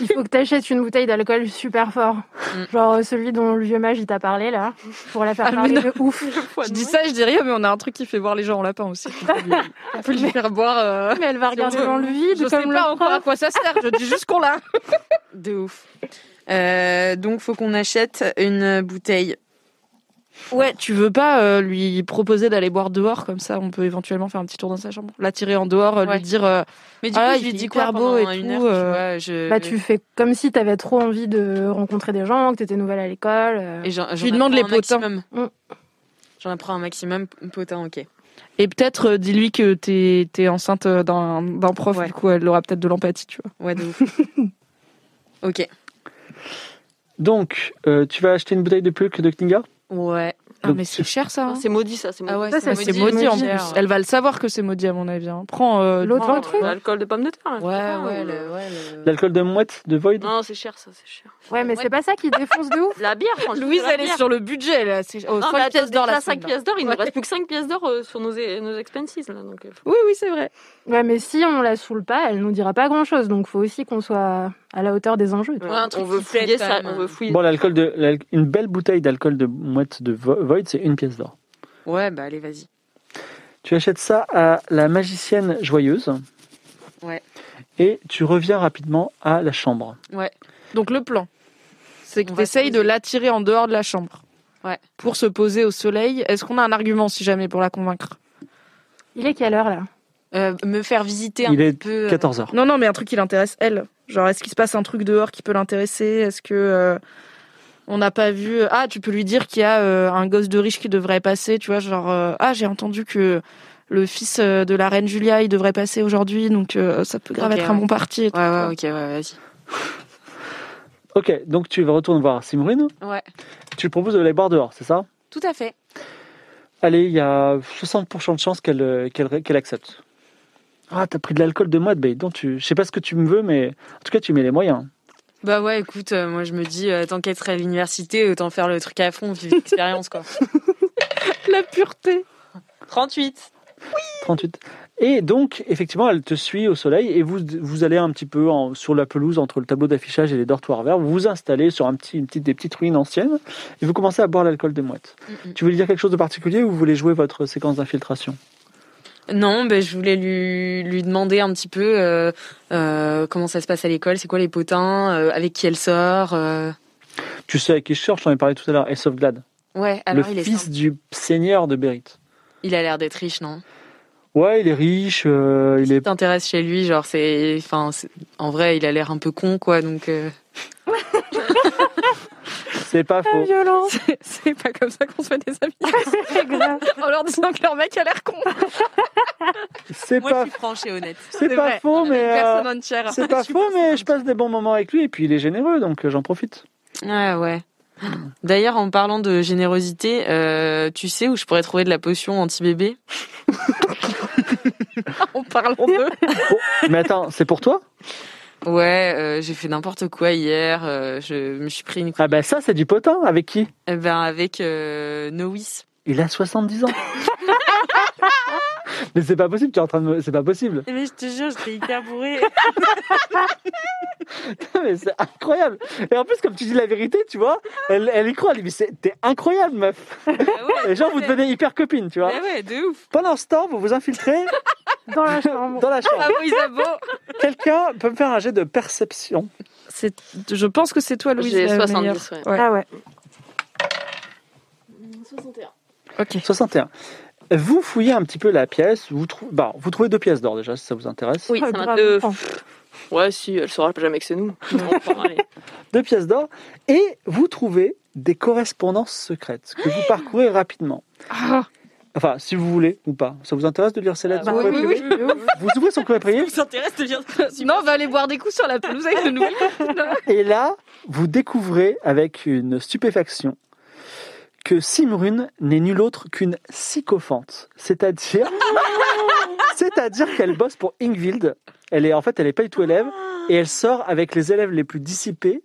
C: il faut que t'achètes une bouteille d'alcool super fort.
E: Mm.
C: Genre euh, celui dont le vieux mage il t'a parlé là. Pour la faire
D: Ah, mais
C: parler de ouf.
D: Je dis ça, je dis rien, mais on a un truc qui fait voir les gens en lapin aussi. On peut lui, on peut lui faire boire. euh,
C: Mais elle va
D: si on
C: regarder
D: veut.
C: dans le vide
D: Je sais
C: comme le
D: pas encore à
C: prof.
D: quoi ça sert. Je dis juste qu'on l'a.
E: De ouf. Euh, donc, faut qu'on achète une bouteille.
D: Ouais, tu veux pas euh, lui proposer d'aller boire dehors comme ça On peut éventuellement faire un petit tour dans sa chambre, l'attirer en dehors, euh,
E: Ouais.
D: lui dire euh,
E: Mais
D: Ah,
E: je
D: il
E: lui
D: fait
E: dis
D: hyper
E: quoi
D: beau et
E: pendant une
D: tout,
E: heure, tu
D: euh,
E: vois, je-
C: Bah tu fais comme si t'avais trop envie de rencontrer des gens, que t'étais nouvelle à l'école. euh.
E: Et j'en,
D: Je
E: j'en
D: lui demande
E: apprends
D: les potins.
E: un maximum.
C: Mm.
E: J'en apprends un maximum potin, ok.
D: et peut-être euh, dis-lui que t'es es enceinte euh, d'un d'un prof.
E: Ouais.
D: Du coup, elle aura peut-être de l'empathie, tu vois.
E: Ouais, de ouf. ok.
B: Donc, euh, tu vas acheter une bouteille de plus que de Kninga
E: Ouais.
D: Ah,
B: Donc,
D: mais c'est cher ça. hein.
F: C'est maudit ça, c'est maudit.
E: Ah ouais,
C: Ça, ça,
E: c'est
D: C'est
E: maudit.
D: maudit en
C: maudit,
D: plus.
E: ouais.
D: Elle va le savoir que c'est maudit à mon avis. hein. Prends euh,
C: L'autre
D: du-
C: vin de fruits.
F: Oh, L'alcool de pomme de terre. là,
E: Ouais,
F: je sais pas,
E: ouais,
F: ou-
E: le- ouais, le-
B: L'alcool de mouette de Void
E: Ah
F: Non, c'est cher ça, c'est cher.
C: Ouais mais
E: Ouais.
C: c'est pas ça qui défonce de ouf.
F: La bière, franchement.
D: Louise,
F: la
D: elle est
F: bière.
D: sur le budget. Là. C'est- Oh,
F: Non,
D: cinq
F: mais
D: pièces d'or la
F: 5
D: semaine.
F: pièces d'or, il
D: Ouais.
F: nous reste plus que 5 pièces d'or euh, sur nos, nos expenses là. Donc, euh, faut-
D: Oui, oui, c'est vrai.
C: Ouais mais si on la saoule pas, elle nous dira pas grand chose. Donc faut aussi qu'on soit à la hauteur des enjeux.
E: Ouais, un truc
F: on veut
E: qui plaît,
F: fouiller
E: quand
F: ça,
E: même,
F: on
E: hein.
F: veut fouiller.
B: Bon, l'alcool de, l'al- une belle bouteille d'alcool de mouette de Vo- Void, c'est une pièce d'or.
E: Ouais, bah allez, vas-y.
B: Tu achètes ça à la magicienne joyeuse.
E: Ouais.
B: Et tu reviens rapidement à la chambre.
D: Donc le plan, c'est que
E: On va se
D: t'essayes de
E: poser.
D: l'attirer en dehors de la chambre.
E: Ouais.
D: Pour se poser au soleil. Est-ce qu'on a un argument si jamais pour la convaincre
C: Il est quelle heure là
E: Euh, me faire visiter un
B: Il est
E: petit peu. euh,
B: 14 heures.
D: Non, non, mais un truc qui l'intéresse elle. Genre, est-ce qu'il se passe un truc dehors qui peut l'intéresser Est-ce que euh, on n'a pas vu Ah, tu peux lui dire qu'il y a euh, un gosse de riche qui devrait passer. Tu vois, genre euh, ah, j'ai entendu que le fils euh, de la reine Julia il devrait passer aujourd'hui, donc euh, ça peut grave
E: Ok,
D: être un
E: ouais.
D: bon parti. et tout,
E: Ouais,
D: tu
E: ouais,
D: vois.
E: ok, ouais, vas-y.
B: Ok, donc tu vas retourner voir Simurine.
E: Ouais.
B: Tu lui proposes de les boire dehors, c'est ça
E: Tout à fait.
B: Allez, il y a 60% de chances qu'elle euh, qu'elle qu'elle accepte. Ah, t'as pris de l'alcool de mouette, donc tu, je sais pas ce que tu me veux, mais en tout cas, tu mets les moyens.
E: Bah ouais, écoute, euh, moi je me dis, euh, tant qu'à être à l'université, autant faire le truc à fond, vivre l'expérience quoi.
D: La pureté.
E: 38
B: 38. Et donc, effectivement, elle te suit au soleil et vous, vous allez un petit peu en- sur la pelouse entre le tableau d'affichage et les dortoirs verts. Vous vous installez sur un petit, une petite, des petites ruines anciennes et vous commencez à boire l'alcool de mouette.
E: Mm, mm.
B: Tu veux lui dire quelque chose de particulier ou vous voulez jouer votre séquence d'infiltration
E: Non, bah, je voulais lui, lui demander un petit peu euh, euh, comment ça se passe à l'école, c'est quoi les potins, euh, avec qui elle sort. euh.
B: Tu sais à qui je cherche, j'en ai parlé tout à l'heure, Aesop Glad,
E: Ouais,
B: le
E: alors Ah il est
B: fils
E: simple.
B: du seigneur de Bérite.
E: Il a l'air d'être riche, non
B: Ouais, il est riche, euh, il
E: Il
B: est...
E: t'intéresse chez lui, genre c'est. Enfin, c'est- en vrai, il a l'air un peu con quoi, donc. euh,
B: C'est pas faux.
C: Violent.
D: C'est- C'est pas comme ça qu'on se fait des amis.
C: C'est grave.
D: en leur disant que leur mec a l'air con.
B: C'est
E: Moi je
B: pas,
E: suis franche et honnête.
B: c'est
D: c'est
B: pas
D: vrai.
B: faux, mais... euh,
D: Personne entière.
B: C'est pas faux, mais je passe des bons moments avec lui et puis il est généreux, donc euh, j'en profite.
E: Ouais, Ah ouais. D'ailleurs, en parlant de générosité, euh, tu sais où je pourrais trouver de la potion anti-bébé
D: En parlant d'eux.
B: Mais attends, c'est pour toi
E: Ouais, euh, j'ai fait n'importe quoi hier. euh, je me suis pris une.
B: Ah ben ça, c'est du potin. Avec qui
E: Eh ben avec euh, Nois.
B: Il a 70 ans. Mais c'est pas possible, tu es en train de me- C'est pas possible.
E: Mais Eh ben, je te jure, j'étais hyper bourré.
B: Mais c'est incroyable. Et en plus, comme tu dis la vérité, tu vois, elle, elle y croit. Elle dit, mais c'est- t'es incroyable, meuf.
E: Ah
B: Et genre, vous devenez hyper copine, tu vois.
E: Ouais, ouais, de ouf.
B: Pendant ce temps, vous vous infiltrez
C: Dans la chambre.
B: dans la chambre.
E: Bravo Isabeau.
B: Quelqu'un peut me faire un jet de perception.
D: C'est, je pense que c'est toi, Louise.
F: J'ai
D: la
F: 70, ouais.
D: Ouais.
C: Ah ouais.
F: 61.
B: 61. Vous fouillez un petit peu la pièce, vous, trou- bah, vous trouvez deux pièces d'or déjà, si ça vous intéresse.
F: Oui,
C: Ah,
F: ça m'a-
C: grave.
F: euh, pff, Ouais, si, elle saura jamais que c'est nous. Non, enfin, allez.
B: Deux pièces d'or, et vous trouvez des correspondances secrètes que vous parcourez rapidement. Enfin, si vous voulez ou pas. Ça vous intéresse de lire ces lettres
F: Ah,
B: sur le
F: oui,
B: courrier privé Vous ouvrez son courrier privé
E: s'intéresse de lire
D: Non, on va aller boire des coups sur la pelouse avec de nouvelles
B: Et là, vous découvrez avec une stupéfaction que Simrune n'est nulle autre qu'une sycophante. C'est-à-dire. C'est-à-dire qu'elle bosse pour Ingvild. Elle est, en fait, elle est pas du tout élève. Et elle sort avec les élèves les plus dissipés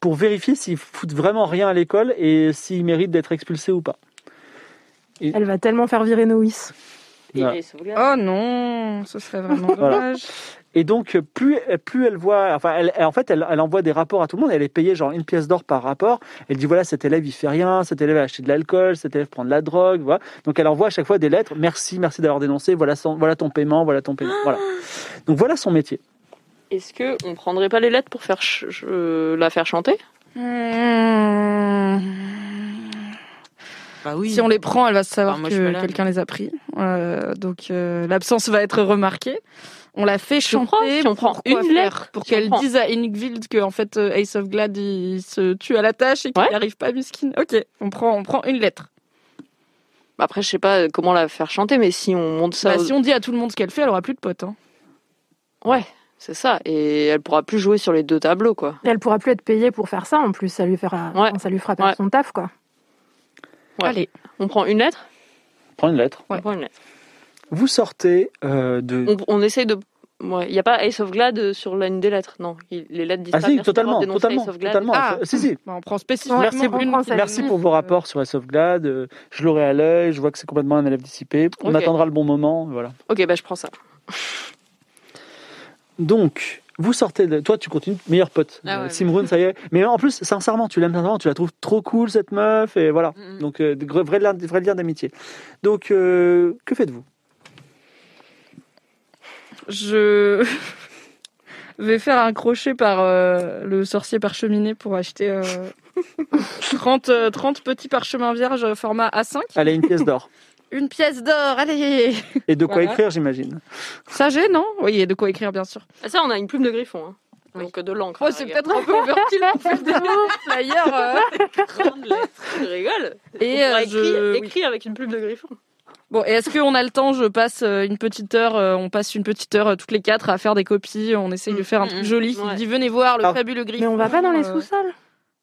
B: pour vérifier s'ils foutent vraiment rien à l'école et s'ils méritent d'être expulsés ou pas.
C: Elle va tellement faire virer Noïs.
B: Voilà.
F: Et ça vous gâte.
D: Oh non, ce serait vraiment
B: Voilà.
D: dommage.
B: Et donc, plus, plus elle voit, enfin, elle, elle- en fait, elle, elle envoie des rapports à tout le monde. Elle est payée genre une pièce d'or par rapport. Elle dit voilà, cet élève il fait rien, cet élève a acheté de l'alcool, cet élève prend de la drogue, voilà. Donc elle envoie à chaque fois des lettres. Merci, merci d'avoir dénoncé. Voilà, son- voilà ton paiement, voilà ton paiement. Voilà.
F: Ah.
B: Donc voilà son métier.
F: Est-ce que on prendrait pas les lettres pour faire ch- ch- euh, la faire chanter
E: Mmh. Bah oui.
D: Si on les prend, elle va savoir
E: Ah, moi, je suis
D: que
E: pas là,
D: quelqu'un les a pris. Euh, donc euh, l'absence va être remarquée. On la fait
F: Si on
D: chanter.
F: prend- si on prend
D: pour quoi
F: une
D: faire
F: lettre,
D: pour
F: si on
D: qu'elle
F: prend-
D: dise à Ingvild que en fait euh, Ace of Glad il se tue à la tâche et qu'il
F: Ouais.
D: n'y arrive pas, Miskin. Ok, on prend, on prend une lettre.
F: Bah Après, je sais pas comment la faire chanter, mais si on monte ça,
D: Bah,
F: aux-
D: si on dit à tout le monde ce qu'elle fait, elle aura plus de potes. hein.
F: ouais, c'est ça. Et elle pourra plus jouer sur les deux tableaux, quoi.
C: Et elle pourra plus être payée pour faire ça en plus, ça lui fera
F: Ouais.
C: enfin, ça lui fera
F: Ouais.
C: perdre son taf quoi.
F: Ouais.
D: Allez,
F: On prend une lettre.
B: Prends une lettre.
D: Ouais.
F: On prend une lettre.
B: Vous sortez euh, de.
F: On, on essaye de. Il n'y a pas Ace of Glad euh, sur l'une des lettres, non. Il- Les lettres disent
B: Ah
F: pas
B: si,
F: merci d'avoir
B: totalement,
F: dénoncé
B: totalement,
F: Ace of Glad.
B: totalement.
D: Ah.
B: Si si.
D: Bah, on prend spécifiquement
C: Merci
D: une
C: beaucoup.
D: lettre.
B: Merci pour vos rapports sur la sauvegarde. Euh, Je l'aurai à l'œil. Je vois que c'est complètement un élève dissipé. On
F: Ok.
B: attendra le bon moment. Voilà.
F: Ok, bah je prends ça.
B: Donc, vous sortez de. Toi, tu continues, meilleur pote.
E: Ah ouais,
B: Euh, Simrune, ça y est. Mais en plus, sincèrement, tu l'aimes sincèrement, tu la trouves trop cool, cette meuf, et voilà.
E: Mm.
B: Donc, euh, de vra- vrai, lien- vrai lien d'amitié. Donc, euh, que faites-vous
D: Je vais faire un crochet par euh, le sorcier parcheminé pour acheter euh, 30, euh, 30 petits parchemins vierges euh, format A5.
B: Allez, une pièce d'or.
D: Une pièce d'or, allez
B: Et de quoi
D: Voilà.
B: écrire, j'imagine.
D: Ça gêne, non Oui, il y a de quoi écrire, bien sûr.
F: Ah, ça, on a une plume de griffon. Hein. Donc euh, de l'encre.
D: Oh,
F: à
D: c'est
F: la rigueur.
D: peut-être un peu overkill pour faire des flyers. euh.
F: Je rigole.
D: Et,
F: On
D: euh,
F: pourra écrire,
D: je- oui.
F: écrire avec une plume de griffon.
D: Bon, et est-ce qu'on a le temps Je passe euh, une petite heure, euh, on passe une petite heure euh, toutes les quatre à faire des copies, on essaye de faire un truc
E: Mm,
D: joli qui
F: ouais.
D: dit venez voir le
B: Ah.
D: fabuleux griffon.
C: Mais on va pas dans les
D: euh,
C: sous-sols.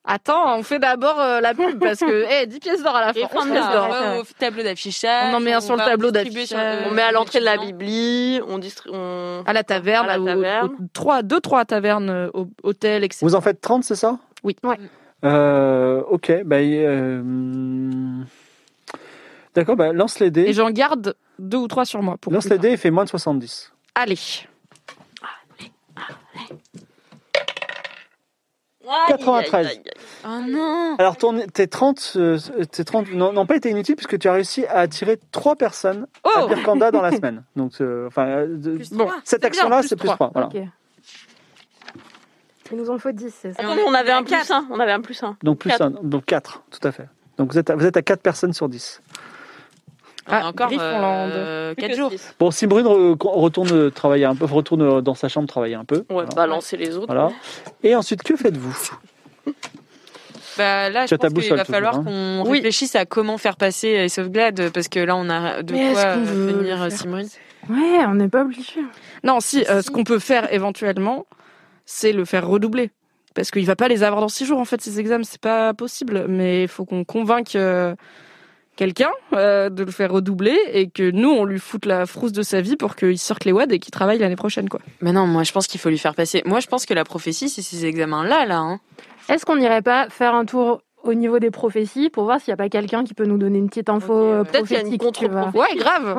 D: Attends, on fait d'abord euh, la pub parce que, eh, 10 pièces d'or à la fin.
E: Et
D: 11
E: prendre
D: pièces
E: ça,
D: d'or.
E: ouais,
C: ouais.
E: au tableau d'affichage.
D: On en met un sur le
E: va
D: tableau
E: distribuer sur-
D: d'affichage.
F: on met à l'entrée de la Bibli, on distribue. On...
D: À la taverne,
F: À la
D: au-
F: taverne.
D: au- trois, deux, trois tavernes, euh, au, hôtel, etc.
B: Vous en faites 30, c'est ça
D: Oui.
C: Ouais.
B: Euh, ok, bah. euh, hmm. D'accord, bah, lance les
D: Et
B: dés.
D: j'en garde deux ou trois sur moi. Pour
B: Lance
D: plus
B: les
D: tard.
B: dés et fait moins de 70.
D: Allez.
B: 93.
F: Aïe, aïe, aïe.
E: Oh non
B: Alors, ton, tes 30, euh, tes 30 n'ont n'ont pas été inutiles puisque tu as réussi à attirer trois personnes à
D: Oh
B: Birkanda dans la semaine. Donc, euh, enfin, euh, de-
D: Bon,
B: cette
D: bien,
B: action-là,
D: plus
B: c'est plus
D: trois.
B: 3. Voilà.
C: Ok. Il nous en faut 10, c'est ça.
F: Attends, mais on avait un plus 1. On avait un plus 1.
B: Donc plus
F: Quatre.
B: un, donc 4, tout à fait. Donc vous êtes à, vous êtes à 4 personnes sur 10.
E: On a
D: Ah,
E: encore euh,
D: Griffonland.
E: 4 jours.
B: Bon, si Brune re- retourne travailler un peu, retourne euh, dans sa chambre travailler un peu.
F: On va
B: Voilà.
D: bah,
F: balancer les autres.
B: Voilà. Et ensuite, que faites-vous
E: Bah, là,
B: Tu
E: je
B: as ta
E: pense qu'il
B: boussole
E: va
B: toujours,
E: falloir
B: hein.
E: qu'on
D: Oui.
E: réfléchisse à comment faire passer Ace of Glad parce que là, on a de
C: Mais est-ce
E: quoi
C: qu'on
E: euh,
C: veut le
E: venir
C: faire
E: Simrine.
C: Ouais, on n'est pas obligé.
D: Non, si, euh, ce qu'on peut faire éventuellement, c'est le faire redoubler. Parce qu'il va pas les avoir dans six jours, en fait, ces examens, c'est pas possible. Mais il faut qu'on convainque euh, quelqu'un euh, de le faire redoubler et que nous, on lui foute la frousse de sa vie pour qu'il sorte les WAD et qu'il travaille l'année prochaine, quoi.
E: Mais non, moi, je pense qu'il faut lui faire passer. Moi, je pense que la prophétie, c'est ces examens-là, là. hein.
C: Est-ce qu'on n'irait pas faire un tour au niveau des prophéties pour voir s'il n'y a pas quelqu'un qui peut nous donner une petite info
E: Ok, ouais.
C: euh,
F: Peut-être qu'il y a une
C: prophétique tu vois.
F: contre-prophétie.
D: Ouais, grave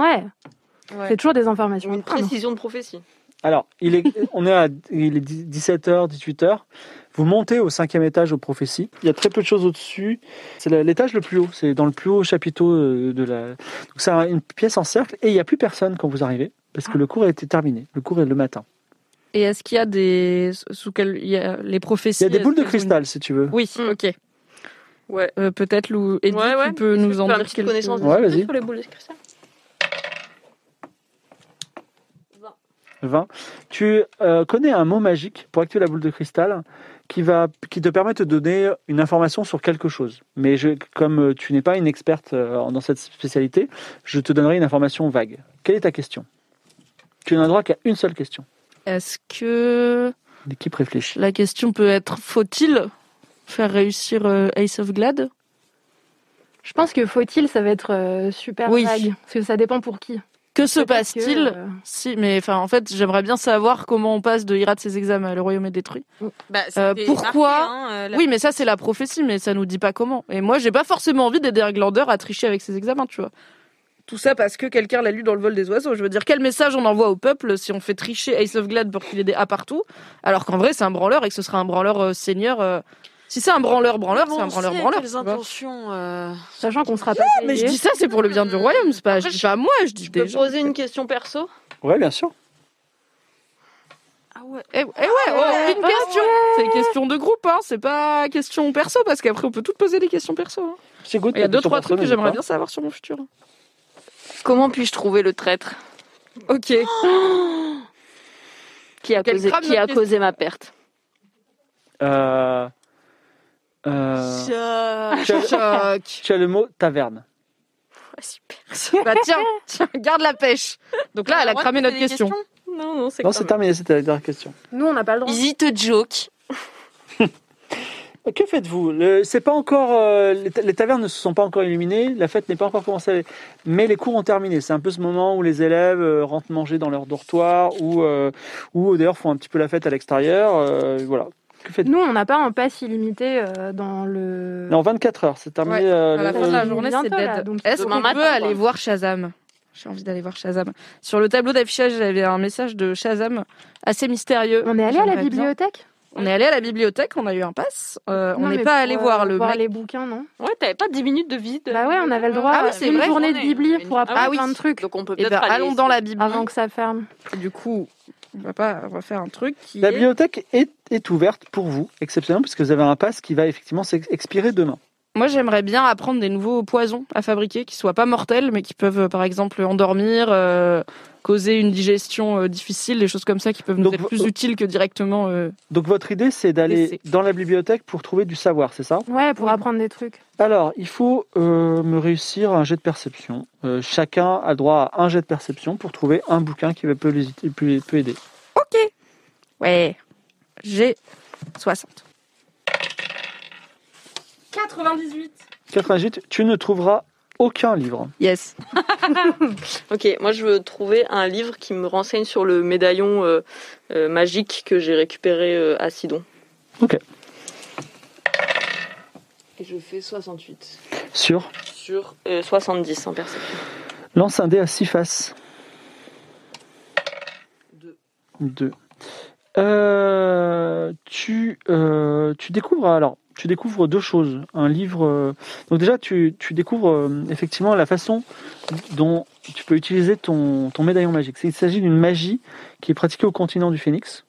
C: Ouais, c'est toujours des informations. Ah,
F: Une
C: importantes.
F: précision de prophétie.
B: Alors, il est, on est à il est 17h, 18h. Vous montez au cinquième étage aux prophéties. Il y a très peu de choses au-dessus. C'est la- l'étage le plus haut. C'est dans le plus haut chapiteau euh, de la. Donc c'est un- une pièce en cercle et il n'y a plus personne quand vous arrivez parce que le cours a été terminé. Le cours est le matin.
D: Et est-ce qu'il y a des. Sous quel... Il y a les prophéties.
B: Il y a des boules de
D: est-ce qu'elles ont
B: cristal si tu veux.
D: une- Oui, ok.
F: Ouais.
D: Euh, Peut-être Lou. Eddie,
F: Hmm. Ouais, ouais.
D: tu peux
F: Est-ce que
D: nous
F: tu
D: en
F: as un
D: dire
F: petit
D: quelque chose.
F: connaissance des
B: Ouais,
F: secrets
B: vas-y.
F: sur les boules de cristal
B: 20. Tu euh, connais un mot magique pour activer la boule de cristal qui, va, qui te permet de donner une information sur quelque chose. Mais je, comme euh, tu n'es pas une experte euh, dans cette spécialité, je te donnerai une information vague. Quelle est ta question Tu n'as droit qu'à une seule question.
D: Est-ce que
B: L'équipe réfléchit.
D: la question peut être faut-il faire réussir euh, Ace of Glad
C: Je pense que faut-il, ça va être euh, super
D: Oui.
C: vague. Parce que ça dépend pour qui.
D: Que se
C: Peut-être
D: passe-t-il
C: que, euh,
D: Si, mais enfin, en fait, j'aimerais bien savoir comment on passe de Ira de ses examens à Le Royaume est détruit. Euh, pourquoi Oui, mais ça, c'est euh, la prophétie, mais ça nous dit pas comment. Et moi, j'ai pas forcément envie d'aider un glandeur à tricher avec ses examens, tu vois. Tout ça parce que quelqu'un l'a lu dans le vol des oiseaux. Je veux dire, quel message on envoie au peuple si on fait tricher Ace of Glad pour qu'il ait des A partout, alors qu'en vrai, c'est un branleur et que ce sera un branleur euh, seigneur. euh, Si c'est un branleur branleur, c'est un branleur branleur. tu
E: les
D: vois.
E: intentions. euh,
C: Sachant qu'on sera pas payé.
D: Mais je dis ça, c'est pour le bien du royaume, c'est pas, je dis pas à moi, je dis
F: Je peux
D: des gens.
F: poser une question perso
B: Ouais, bien sûr.
E: Ah ouais.
D: Eh, eh ouais, oh, une question. C'est une question de groupe, hein. C'est pas question perso, parce qu'après, on peut toutes poser des questions perso. hein.
B: C'est good.
D: Il y a
B: ta
D: deux,
B: question
D: trois
B: perso,
D: trucs que
B: n'hésite
D: j'aimerais
B: pas.
D: bien savoir sur mon futur.
F: Comment puis-je trouver le traître
D: Ok.
F: qui a
D: Quel
F: causé,
D: crâne
F: qui a
D: notre
F: causé ma perte
B: Euh, euh, tu, as,
D: Choc.
B: tu as le mot taverne.
D: Bah tiens, tiens, garde la pêche. Donc là, elle a cramé notre question.
F: Non, non, c'est
B: Non, c'est terminé, c'était la dernière question.
C: Nous, on n'a pas le droit.
E: Easy to joke.
B: Que faites-vous Le- C'est pas encore euh, les, ta- les tavernes ne se sont pas encore illuminées, la fête n'est pas encore commencée, mais les cours ont terminé. C'est un peu ce moment où les élèves euh, rentrent manger dans leur dortoir ou euh, ou d'ailleurs font un petit peu la fête à l'extérieur. euh, voilà. Que faites-vous
C: Nous, on n'a pas un pass illimité euh, dans le.
B: Non, 24 heures, c'est terminé.
D: Ouais,
B: euh,
D: À la
B: le-
D: fin de la
C: Euh,
D: journée,
C: bientôt,
D: c'est
C: là,
D: dead.
C: donc
D: Est-ce
F: demain
D: qu'on
F: matin,
D: peut aller
F: quoi.
D: voir Shazam J'ai envie d'aller voir Shazam. Sur le tableau d'affichage, j'avais un message de Shazam assez mystérieux.
C: On est allé à la
D: J'aimerais bien-
C: bibliothèque
D: On est allé à la bibliothèque, on a eu un pass. Euh, on
C: Non,
D: n'est
C: mais
D: pas
C: pour,
D: allé
C: euh,
D: voir le mec.
C: les bouquins, non
F: Ouais, t'avais pas 10 minutes de vide euh,
C: Bah ouais, on avait le droit
D: Ah oui,
C: à
D: c'est
C: une
D: vrai.
C: journée de bibli pour apprendre
D: Ah oui.
C: plein de trucs
F: Donc on peut
D: Eh
F: peut-être
D: ben,
F: aller-
D: allons dans la bibliothèque.
C: avant que ça ferme.
D: Du coup, on va pas, on va faire un truc qui
B: La
D: est...
B: bibliothèque est, est ouverte pour vous, exceptionnellement, puisque vous avez un pass qui va effectivement s'ex- expirer demain.
D: Moi, j'aimerais bien apprendre des nouveaux poisons à fabriquer qui soient pas mortels, mais qui peuvent, euh, par exemple, endormir, euh, causer une digestion euh, difficile, des choses comme ça qui peuvent nous
B: Donc,
D: être
B: vous-
D: plus utiles que directement. euh,
B: Donc votre idée, c'est d'aller
D: Laissez.
B: dans la bibliothèque pour trouver du savoir, c'est ça
C: Ouais, pour
D: Oui.
C: apprendre des trucs.
B: Alors, il faut euh, me réussir un jet de perception. Euh, chacun a droit à un jet de perception pour trouver un bouquin qui va- peut, les- peut- peut aider.
D: Ok. Ouais. J'ai 60.
B: 98, tu ne trouveras aucun livre.
D: Yes.
F: Ok, moi je veux trouver un livre qui me renseigne sur le médaillon euh, euh, magique que j'ai récupéré euh, à Sidon.
B: Ok.
F: Et je fais 68
B: Sur
F: sur euh, 70 en perception.
B: lance un dé à 6 faces. 2. tu, euh, tu découvres alors tu découvres deux choses. Un livre. euh, donc déjà tu, tu découvres euh, effectivement la façon dont tu peux utiliser ton, ton médaillon magique. C'est- Il s'agit d'une magie qui est pratiquée au continent du Phénix.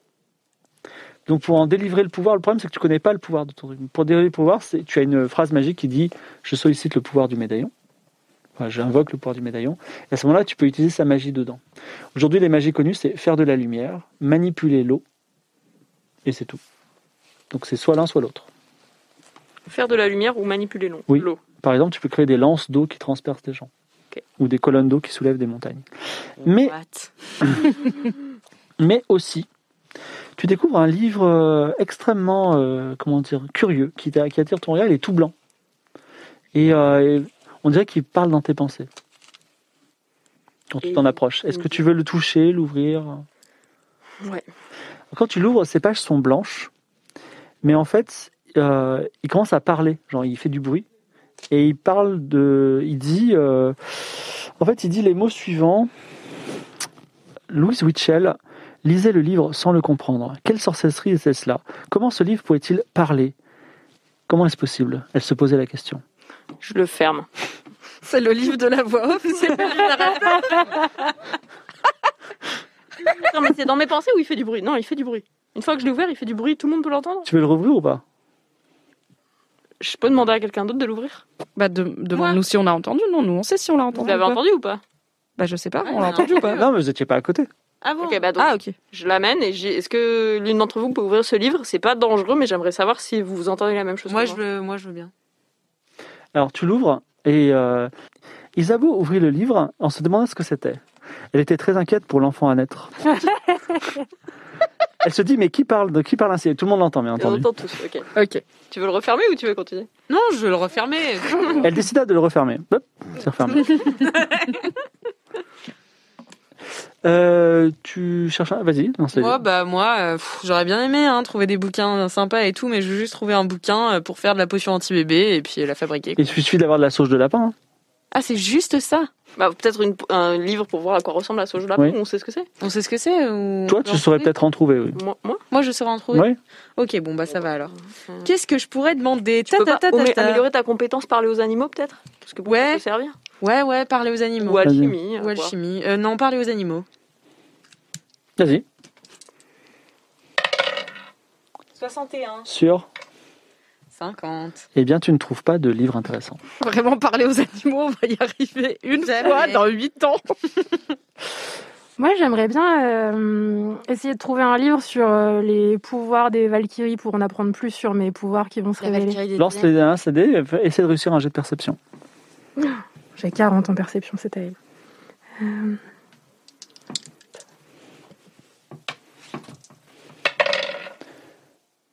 B: Donc pour en délivrer le pouvoir, le problème c'est que tu connais pas le pouvoir de ton truc. Pour délivrer le pouvoir, c'est tu as une phrase magique qui dit je sollicite le pouvoir du médaillon. Enfin, j'invoque le pouvoir du médaillon. Et à ce moment-là, tu peux utiliser sa magie dedans. Aujourd'hui, les magies connues, c'est faire de la lumière, manipuler l'eau, et c'est tout. Donc c'est soit l'un, soit l'autre.
F: Faire de la lumière ou manipuler l'eau.
B: Oui.
F: L'eau.
B: Par exemple, tu peux créer des lances d'eau qui transpercent des gens,
F: Ok.
B: ou des colonnes d'eau qui soulèvent des montagnes. Mais,
E: What
B: mais aussi, tu découvres un livre euh, extrêmement euh, comment dire, curieux qui, t'a- qui attire ton regard. Il est tout blanc. Et, euh, et on dirait qu'il parle dans tes pensées quand tu
F: Et-
B: t'en approches. Est-ce que tu veux le toucher, l'ouvrir
F: Ouais.
B: Quand tu l'ouvres, ses pages sont blanches, mais en fait, euh, il commence à parler. Genre, il fait du bruit et il parle de. Il dit. euh, en fait, il dit les mots suivants. Louise Witchell lisait le livre sans le comprendre. Quelle sorcellerie était cela Comment ce livre pouvait-il parler Comment est-ce possible Elle se posait la question.
F: Je le ferme.
D: C'est le livre de la voix off. c'est pas-
F: Attends, mais c'est dans mes pensées ou il fait du bruit Non, il fait du bruit. Une fois que je l'ai ouvert, il fait du bruit, tout le monde peut l'entendre.
B: Tu veux le rouvrir ou pas
F: Je peux demander à quelqu'un d'autre de l'ouvrir.
D: Bah, de- demande-nous si on a entendu. Non, nous, on sait si on l'a entendu.
F: Vous l'avez
D: ou pas.
F: entendu ou pas
D: Bah, je sais pas, on
F: Ouais,
D: l'a entendu ou pas
B: Non, mais vous n'étiez pas à côté.
D: Ah bon
F: Ok, bah donc,
D: Ah, ok.
F: je l'amène et j'ai- est-ce que l'une d'entre vous peut ouvrir ce livre C'est pas dangereux, mais j'aimerais savoir si vous entendez la même chose.
E: Moi
F: que
E: je, veux, moi, je veux bien.
B: Alors tu l'ouvres et euh, Isabeau ouvrit le livre en se demandant ce que c'était. Elle était très inquiète pour l'enfant à naître. Elle se dit mais qui parle de qui parle ainsi Tout le monde l'entend bien
F: Et On
B: entendu.
F: entend tous. Ok.
E: Ok.
F: Tu veux le refermer ou tu veux continuer
E: Non, je veux le refermer.
B: Elle décida de le refermer. Hop, c'est refermé. Euh, tu cherches un Vas-y, lance les
E: Moi, bah moi, euh, pff, j'aurais bien aimé hein, trouver des bouquins sympas et tout, mais je veux juste trouver un bouquin euh, pour faire de la potion anti-bébé et puis euh, la fabriquer.
B: Il suffit d'avoir de la sauge de lapin. hein.
E: Ah, c'est juste ça
F: Bah peut-être une- un livre pour voir à quoi ressemble la sauge de lapin.
B: Oui.
F: On sait ce que c'est.
E: On sait ce que c'est ou...
B: Toi, tu
E: Non.
B: saurais peut-être en trouver. Oui.
F: Moi, moi
E: Moi, je saurais en trouver.
B: Ouais.
E: Ok, bon, bah ça va alors.
F: Euh,
E: Qu'est-ce que je pourrais demander
F: Tu peux
E: Ta,
F: pas
E: ta, ta, ta,
F: amé-
E: ta.
F: améliorer ta compétence, parler aux animaux peut-être Parce que pour ça
E: Ouais.
F: peut servir.
E: Ouais, ouais, parler aux animaux.
F: Ou alchimie.
E: Ou alchimie. Euh, non, parler aux animaux.
B: Vas-y.
E: 61.
B: Sûr.
E: 50.
B: Eh bien, tu ne trouves pas de livre intéressant.
D: Vraiment parler aux animaux, on va y arriver une
E: Jamais.
D: fois dans 8 ans.
C: Moi, j'aimerais bien euh, essayer de trouver un livre sur euh, les pouvoirs des Valkyries pour en apprendre plus sur mes pouvoirs qui vont se révéler.
B: Lance les un CD, essaie de réussir un jet de perception.
C: J'ai 40 en perception, c'est terrible. Euh,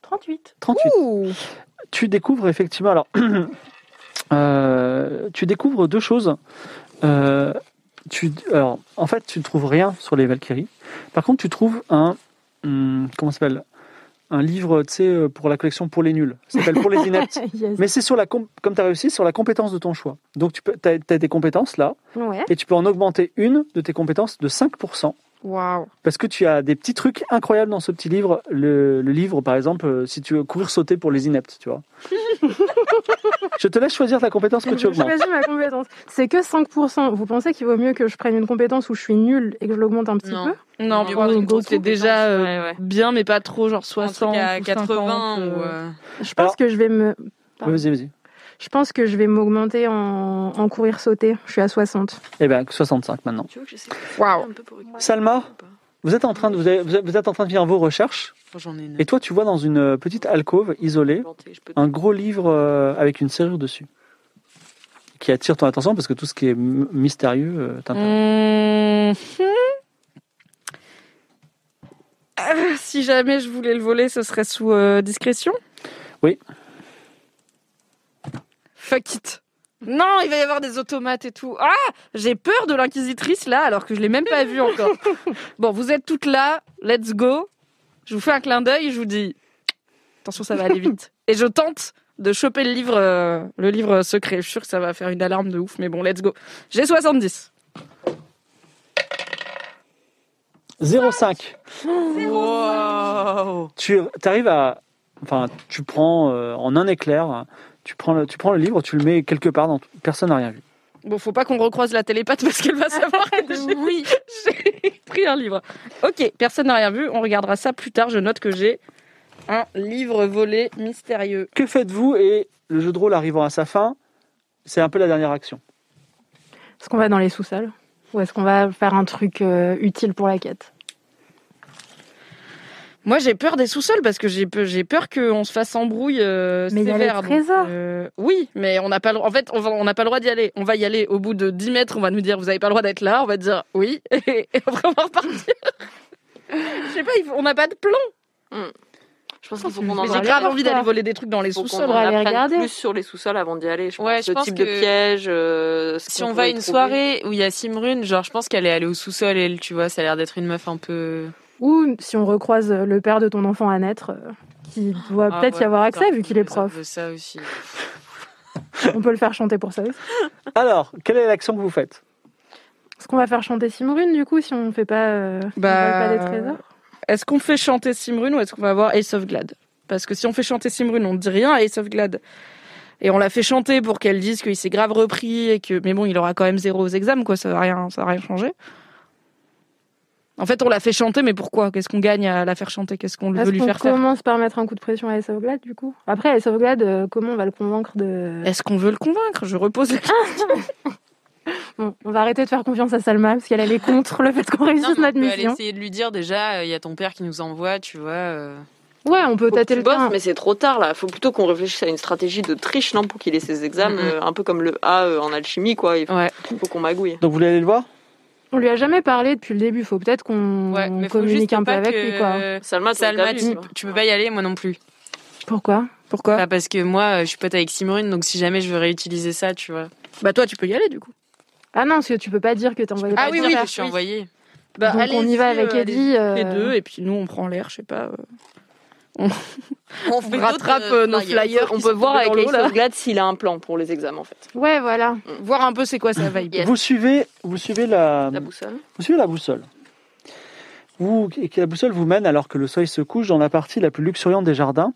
C: 38.
B: 38. tu découvres effectivement. Alors, euh, tu découvres deux choses. Euh, tu, alors, en fait, tu ne trouves rien sur les Valkyries. Par contre, tu trouves un hum, comment ça s'appelle un livre, tu sais, euh, pour la collection pour les nuls. Ça s'appelle pour les ineptes.
C: Yes.
B: Mais c'est sur la com- comme tu as réussi sur la compétence de ton choix. Donc tu peux, as, des compétences là
C: Ouais.
B: et tu peux en augmenter une de tes compétences de 5%
D: Waouh.
B: parce que tu as des petits trucs incroyables dans ce petit livre. Le, le livre, par exemple, euh, si tu veux courir sauter pour les ineptes, tu vois. je te laisse choisir ta compétence que tu
C: Je
B: augmentes.
C: choisis ma compétence. C'est que 5%. Vous pensez qu'il vaut mieux que je prenne une compétence où je suis nulle et que je l'augmente un petit
E: Non.
C: peu
D: Non,
E: Non,
D: moi,
C: mais
D: je
C: Goku,
D: trouve que c'est déjà euh,
E: Ouais, ouais.
D: bien, mais pas trop, genre
E: Un
D: 60.
E: truc à
D: ou
E: 80
D: 50,
E: ou...
D: euh.
E: euh,
C: Je pense
B: Alors-
C: que je vais me.
B: Ouais, Vas-y, vas-y.
C: Je pense que je vais m'augmenter en, en courir sauter. Je suis à 60.
B: Eh bien, 65 maintenant.
F: Tu veux que j'essaie de faire
D: Waouh.
F: un peu pour récupérer
B: Salma
F: ou pas
B: Vous êtes en train de, vous avez- vous êtes vous êtes en train de faire vos recherches
E: oh, J'en ai une.
B: et toi, tu vois dans une euh, petite alcôve isolée
F: Planter, je peux-
B: un gros livre euh, avec une serrure dessus qui attire ton attention parce que tout ce qui est m- mystérieux euh,
C: Mm.
B: t'intéresse.
D: Mhm. Ah, Si jamais je voulais le voler, ce serait sous euh, discrétion
B: Oui.
D: Fuck it. Non, il va y avoir des automates et tout. Ah J'ai peur de l'inquisitrice là, alors que je l'ai même pas vue encore. bon, vous êtes toutes là, let's go. Je vous fais un clin d'œil, je vous dis attention, ça va aller vite. et je tente de choper le livre, euh, le livre secret. Je suis sûre que ça va faire une alarme de ouf, mais bon, let's go. J'ai 70.
B: 0,5
E: Wow.
B: tu arrives à enfin tu prends euh, en un éclair tu prends le, tu prends le livre tu le mets quelque part dans personne n'a rien vu
D: Bon, faut pas qu'on recroise la télépathe parce qu'elle va savoir que j'ai- j'ai pris un livre. Ok, personne n'a rien vu, on regardera ça plus tard. Je note que j'ai un livre volé mystérieux.
B: que faites-vous et le jeu de rôle arrivant à sa fin c'est un peu la dernière action
C: Est-ce qu'on va dans les sous-sols Ou est-ce qu'on va faire un truc euh, utile pour la quête
D: Moi, j'ai peur des sous-sols parce que j'ai peur, j'ai peur qu'on se fasse embrouille euh,
C: Mais il y a les
D: sévère. donc,
C: trésors.
D: euh, oui, mais on n'a pas le En fait, on va- on n'a pas le droit d'y aller. On va y aller au bout de 10 mètres, on va nous dire vous avez pas le droit d'être là. On va dire oui, et, après on va repartir. Je sais pas, il faut- on n'a pas de plan.
F: Je pense qu'il faut qu'on en
D: Mais j'ai
F: parle.
D: grave
C: avoir
D: envie
C: peur.
D: d'aller voler des trucs dans les
F: Faut qu'on
D: sous-sols.
F: en
C: aller
F: apprenne
C: regarder.
F: plus sur les sous-sols avant d'y aller. Je
E: Ouais,
F: pense,
E: je pense
F: ce type
E: que-
F: de piège. euh, ce
E: Si
F: qu'on
E: on
F: peut
E: va à
F: y
E: une
F: trouver.
E: soirée où il y a Simrune, genre je pense qu'elle est allée au sous-sol, elle, tu vois, ça a l'air d'être une meuf un peu...
C: Ou si on recroise euh, le père de ton enfant à naître, euh, qui doit
E: Ah
C: peut-être y
E: ouais,
C: avoir accès
E: putain,
C: vu qu'il est
E: ça
C: prof.
E: veut ça aussi.
C: On peut le faire chanter pour ça aussi.
B: alors quelle est l'action que vous faites
C: Est-ce qu'on va faire chanter Simrune du coup si on fait pas, euh, on
D: Bah,
C: vole pas des trésors
D: Est-ce qu'on fait chanter Simrune ou est-ce qu'on va avoir Ace of Glad Parce que si on fait chanter Simrune, on ne dit rien à Ace of Glad. Et on la fait chanter pour qu'elle dise qu'il s'est grave repris et que. Mais bon, il aura quand même zéro aux examens, quoi. Ça va rien, ça va rien changer. En fait, on la fait chanter, mais pourquoi Qu'est-ce qu'on gagne à la faire chanter Qu'est-ce qu'on veut
C: Est-ce
D: lui
C: qu'on
D: faire faire
C: commence par mettre un coup de pression à Ace of Glad, du coup Après, Ace of Glad, euh, comment on va le convaincre de...
D: Est-ce qu'on veut le convaincre Je repose la
C: Bon, on va arrêter de faire confiance à Salma parce qu'elle elle est contre le fait qu'on
E: Non,
C: réussisse
E: mais on
C: notre
E: peut aller
C: mission.
E: essayer de lui dire déjà, euh, il y a ton père qui nous envoie, tu vois. euh.
C: Ouais, on peut
F: Faut que
C: tâter
F: tu
C: le
F: bosses,
C: terrain.
F: mais c'est trop tard là. Faut plutôt qu'on réfléchisse à une stratégie de triche, non, pour qu'il ait ses examens,
E: Mhm.
F: euh, un peu comme le A euh, en alchimie, quoi. Il faut,
E: Ouais.
F: faut qu'on magouille.
B: Donc vous voulez aller le voir
C: On lui a jamais parlé depuis le début. Faut peut-être qu'on
E: Ouais, mais faut
C: communique
E: juste
C: un peu
E: pas
C: avec
E: que-
C: lui, quoi.
F: Salma, t'as
E: Salma,
F: vu,
E: tu,
F: toi
E: tu peux pas y aller, moi non plus.
C: Pourquoi
D: Pourquoi
E: Bah, parce que moi, euh, je suis pote avec Simone, donc si jamais je veux réutiliser ça, tu vois.
D: Bah toi, tu peux y aller du coup.
C: Ah non, parce que tu peux pas dire que t'es envoyé
E: Je peux
C: par
E: pas
D: oui,
E: dire
D: oui,
E: que
D: bah,
E: je suis
D: oui.
E: envoyée.
D: Bah,
C: Donc on y
D: allez-y,
C: va avec
D: euh,
C: Eddie. euh,
D: les deux et puis nous on prend l'air, je sais pas. euh,
E: On
D: On rattrape euh, nos flyers.
F: On
D: qui
F: peut
D: sont
F: voir
D: tombés
F: avec
D: dans l'eau, là.
F: Ace Glad s'il a un plan pour les examens, en fait.
C: Ouais, voilà.
D: Voir un peu c'est quoi sa vibe.
F: Yes.
B: Vous suivez, vous suivez la,
F: La boussole.
B: vous suivez la boussole. Vous, et que la boussole vous mène alors que le soleil se couche dans la partie la plus luxuriante des jardins,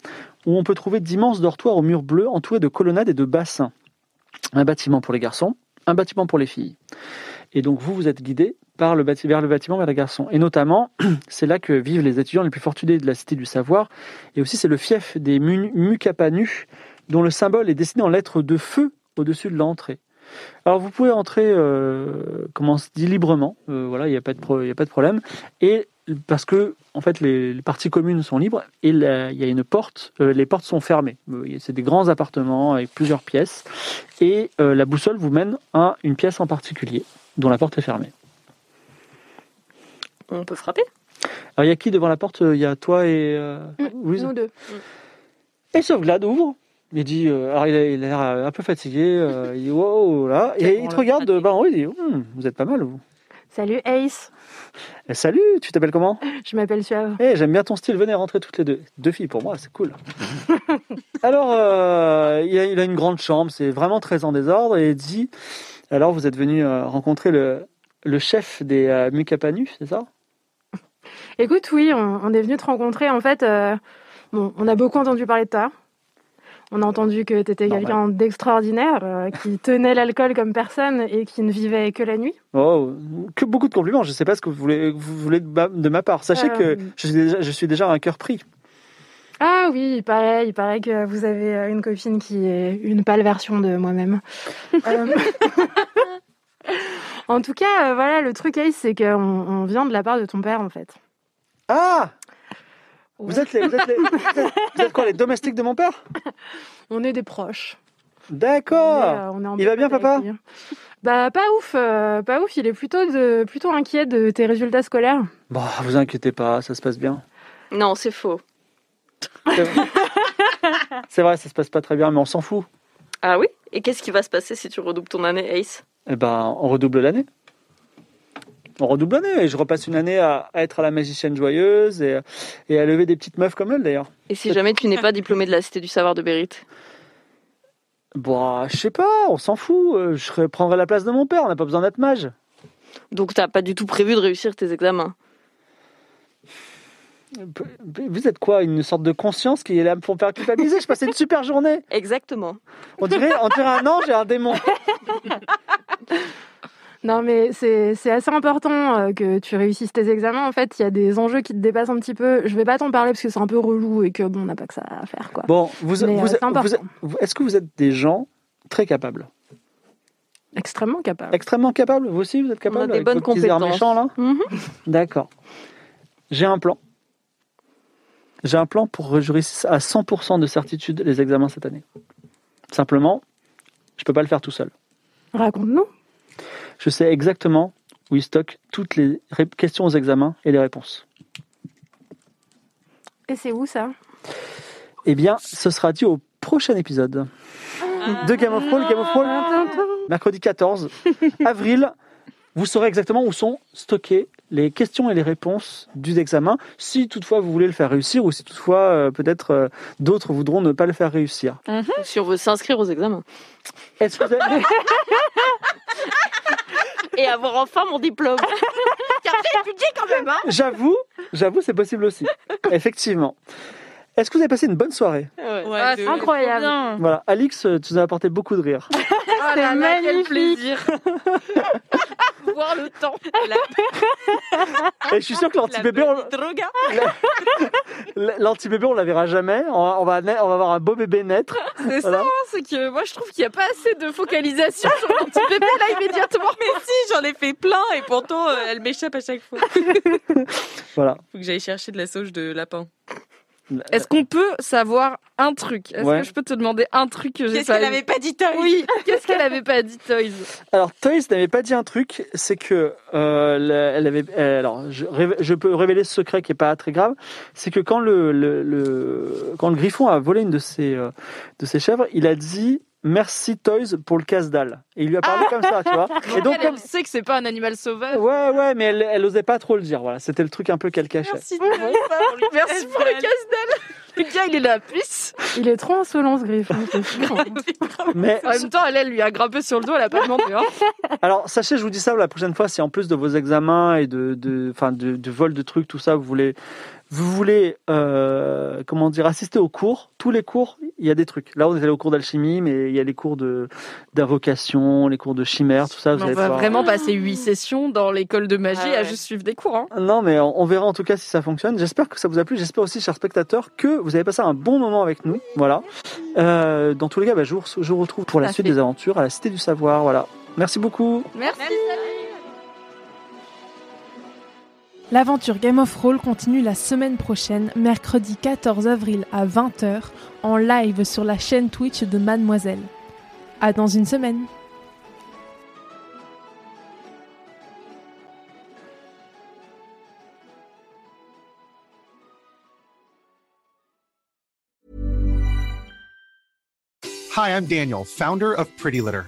B: où on peut trouver d'immenses dortoirs aux murs bleus entourés de colonnades et de bassins. Un bâtiment pour les garçons, un bâtiment pour les filles. Et donc vous, vous êtes guidé par le bâti- vers le bâtiment vers les garçons. Et notamment, c'est là que vivent les étudiants les plus fortunés de la cité du savoir. Et aussi, c'est le fief des Mun- Mukapanus, dont le symbole est dessiné en lettres de feu au-dessus de l'entrée. Alors vous pouvez entrer, euh, comment on se dit, librement, Euh, voilà, il n'y a, pas de pro- il y a pas de problème. Et parce que, en fait, les, les parties communes sont libres et là, il y a une porte, euh, les portes sont fermées. Euh, il y a- C'est des grands appartements avec plusieurs pièces. Et euh, la boussole vous mène à une pièce en particulier dont la porte est fermée.
F: On peut frapper.
B: Alors il y a qui devant la porte Il y a toi et euh, Louise
C: Nous deux.
B: Et Sauveglade ouvre. Il dit, euh, alors il a il a l'air euh, un peu fatigué, euh, il dit wow, là, et il te regarde, euh, bah, en haut, il dit, Hum, vous êtes pas mal, vous.
C: Salut Ace.
B: Eh, Salut, tu t'appelles comment
C: Je m'appelle Suave.
B: Eh, j'aime bien ton style, venez rentrer toutes les deux. Deux filles pour moi, c'est cool. Alors, euh, il, a, il a une grande chambre, c'est vraiment très en désordre, et il dit, alors vous êtes venu euh, rencontrer le, le chef des euh, Mukapanus, c'est ça
C: Écoute, oui, on, on est venu te rencontrer. En fait, euh, bon, on a beaucoup entendu parler de toi. On a entendu que tu étais
B: Normal.
C: quelqu'un d'extraordinaire, euh, qui tenait l'alcool comme personne et qui ne vivait que la nuit.
B: Oh, que beaucoup de compliments. Je ne sais pas ce que vous voulez, vous voulez de ma- de ma part. Sachez
C: Euh.
B: que je suis, déjà, je suis déjà un cœur pris.
C: Ah oui, il paraît, il paraît que vous avez euh, une copine qui est une pâle version de moi-même. Euh, en tout cas, euh, voilà, le truc, Ace, c'est qu'on on vient de la part de ton père, en fait.
B: Ah
C: Ouais.
B: vous, êtes les, vous, êtes les- vous êtes- vous êtes quoi, les domestiques de mon père
C: On est des proches.
B: D'accord.
C: On est, euh, on est en
B: Il va bien,
C: pote
B: papa
C: avec lui. Bah pas ouf, euh, pas ouf. Il est plutôt de, plutôt inquiet de tes résultats scolaires.
B: Bon, vous inquiétez pas, ça se passe bien.
F: Non, c'est faux.
B: C'est vrai. C'est vrai, ça se passe pas très bien, mais on s'en fout.
F: Ah oui Et qu'est-ce qui va se passer si tu redoubles ton année, Ace
B: Eh ben, on redouble l'année. On redouble l'année et je repasse une année à, à être à la magicienne joyeuse et, et à lever des petites meufs comme elle d'ailleurs.
F: Et si jamais tu n'es pas diplômé de la Cité du Savoir de Bérite
B: Bah, je sais pas, on s'en fout. euh, Je serai- prendrai la place de mon père, on n'a pas besoin d'être mage.
F: Donc t'as pas du tout prévu de réussir tes examens.
B: Euh, Vous êtes quoi Une sorte de conscience qui est là pour me faire culpabiliser Je passais une super journée.
F: Exactement.
B: On dirait, on dirait un ange et un démon.
C: Non mais c'est c'est assez important euh, que tu réussisses tes examens. En fait, il y a des enjeux qui te dépassent un petit peu. Je vais pas t'en parler parce que c'est un peu relou et que bon, on n'a pas que ça à faire quoi.
B: Bon, vous,
C: Mais, euh,
B: vous-
C: c'est important.
B: vous- vous- est-ce que vous êtes des gens très capables
C: Extrêmement capable.
B: Extrêmement capables Vous aussi, vous êtes capables
F: des
B: avec
F: bonnes
B: vos petits airs
F: compétences.
B: méchants, là
F: Mhm.
B: D'accord. J'ai un plan. J'ai un plan pour que je réussisse à 100% de certitude les examens cette année. Simplement, je peux pas le faire tout seul.
C: Raconte-nous.
B: Je sais exactement où ils stockent toutes les ré- questions aux examens et les réponses.
C: Et c'est où ça
B: Eh bien, ce sera dit au prochain épisode de Game of Thrones. Game of Thrones, mercredi 14 avril. Vous saurez exactement où sont stockées les questions et les réponses du examen, si toutefois vous voulez le faire réussir ou si toutefois euh, peut-être euh, d'autres voudront ne pas le faire réussir.
F: Si on veut s'inscrire aux examens.
B: Est-ce que vous avez-
F: Et avoir enfin mon diplôme.
B: J'avoue, j'avoue, c'est possible aussi. Effectivement. Est-ce que vous avez passé une bonne soirée
F: Ouais.
E: Ah,
D: de-
E: c'est
C: incroyable.
D: trop bien.
B: Voilà, Alix, euh, tu nous as apporté beaucoup de rire.
C: c'est
D: là là, quel
C: magnifique.
D: plaisir Voir le temps. La
B: Et je suis sûr que l'anti-bébé, on,
D: droga.
B: l'anti-bébé, on la verra jamais. On va, on va, na- on va avoir un beau bébé naître.
D: C'est ça,
B: Voilà.
D: hein, c'est que moi je trouve qu'il n'y a pas assez de focalisation sur mon petit bébé là immédiatement.
E: Mais si, j'en ai fait plein et pourtant euh, elle m'échappe à chaque fois.
B: Voilà.
E: Faut que j'aille chercher de la sauge de lapin.
D: Est-ce qu'on peut savoir un truc Est-ce
B: Ouais.
D: que je peux te demander un truc que j'ai
E: Qu'est-ce
D: pas
E: qu'elle
D: eu
E: avait pas dit Toy
D: Oui, qu'est-ce qu'elle avait pas dit, Toys
B: Alors, Toys n'avait pas dit un truc, c'est que euh, la- elle avait. euh, alors, je, révé- je peux révéler ce secret qui est pas très grave. C'est que quand le, le- le- quand le griffon a volé une de ses euh, de ses chèvres, il a dit merci Toys pour le casse dalle. Et il lui a parlé comme ça, tu vois. Et donc,
D: elle,
B: comme-
D: elle sait que c'est pas un animal sauvage.
B: ouais, ouais, mais elle, elle osait pas trop le dire. Voilà, c'était le truc un peu qu'elle cachait.
E: Merci de me pas pour lui.
D: Merci pour le casse-dalle. Le gars, il est la puce.
C: Il est trop insolent ce griffon. c'est sûr.
B: Mais
D: En même temps, elle, elle lui a grimpé sur le dos, elle a pas demandé. hein.
B: Alors, sachez, je vous dis ça la prochaine fois, si en plus de vos examens et de, de, enfin, de, de vol de trucs, tout ça, vous voulez, vous voulez euh, comment dire, assister aux cours, tous les cours, il y a des trucs. Là, on est allé au cours d'alchimie, mais il y a les cours de d'invocation, les cours de chimère, tout ça. vous
D: Mais on
B: allez
D: va
B: pouvoir-
D: bah, vraiment passer huit sessions dans l'école de magie
E: Ah ouais.
D: à juste suivre des cours. hein.
B: Non, mais on, on verra en tout cas si ça fonctionne. J'espère que ça vous a plu. J'espère aussi, chers spectateurs, que vous avez passé un bon moment avec nous. Voilà. Euh, dans tous les cas, bah, je, vous, re- je vous retrouve pour la
D: Tout à
B: suite
D: fait.
B: des aventures à la Cité du Savoir. Voilà. Merci beaucoup.
D: Merci.
A: L'aventure Game of Roll continue la semaine prochaine, mercredi 14 avril à 20h, en live sur la chaîne Twitch de Mademoiselle. À dans une semaine!
G: Hi, I'm Daniel, founder of Pretty Litter.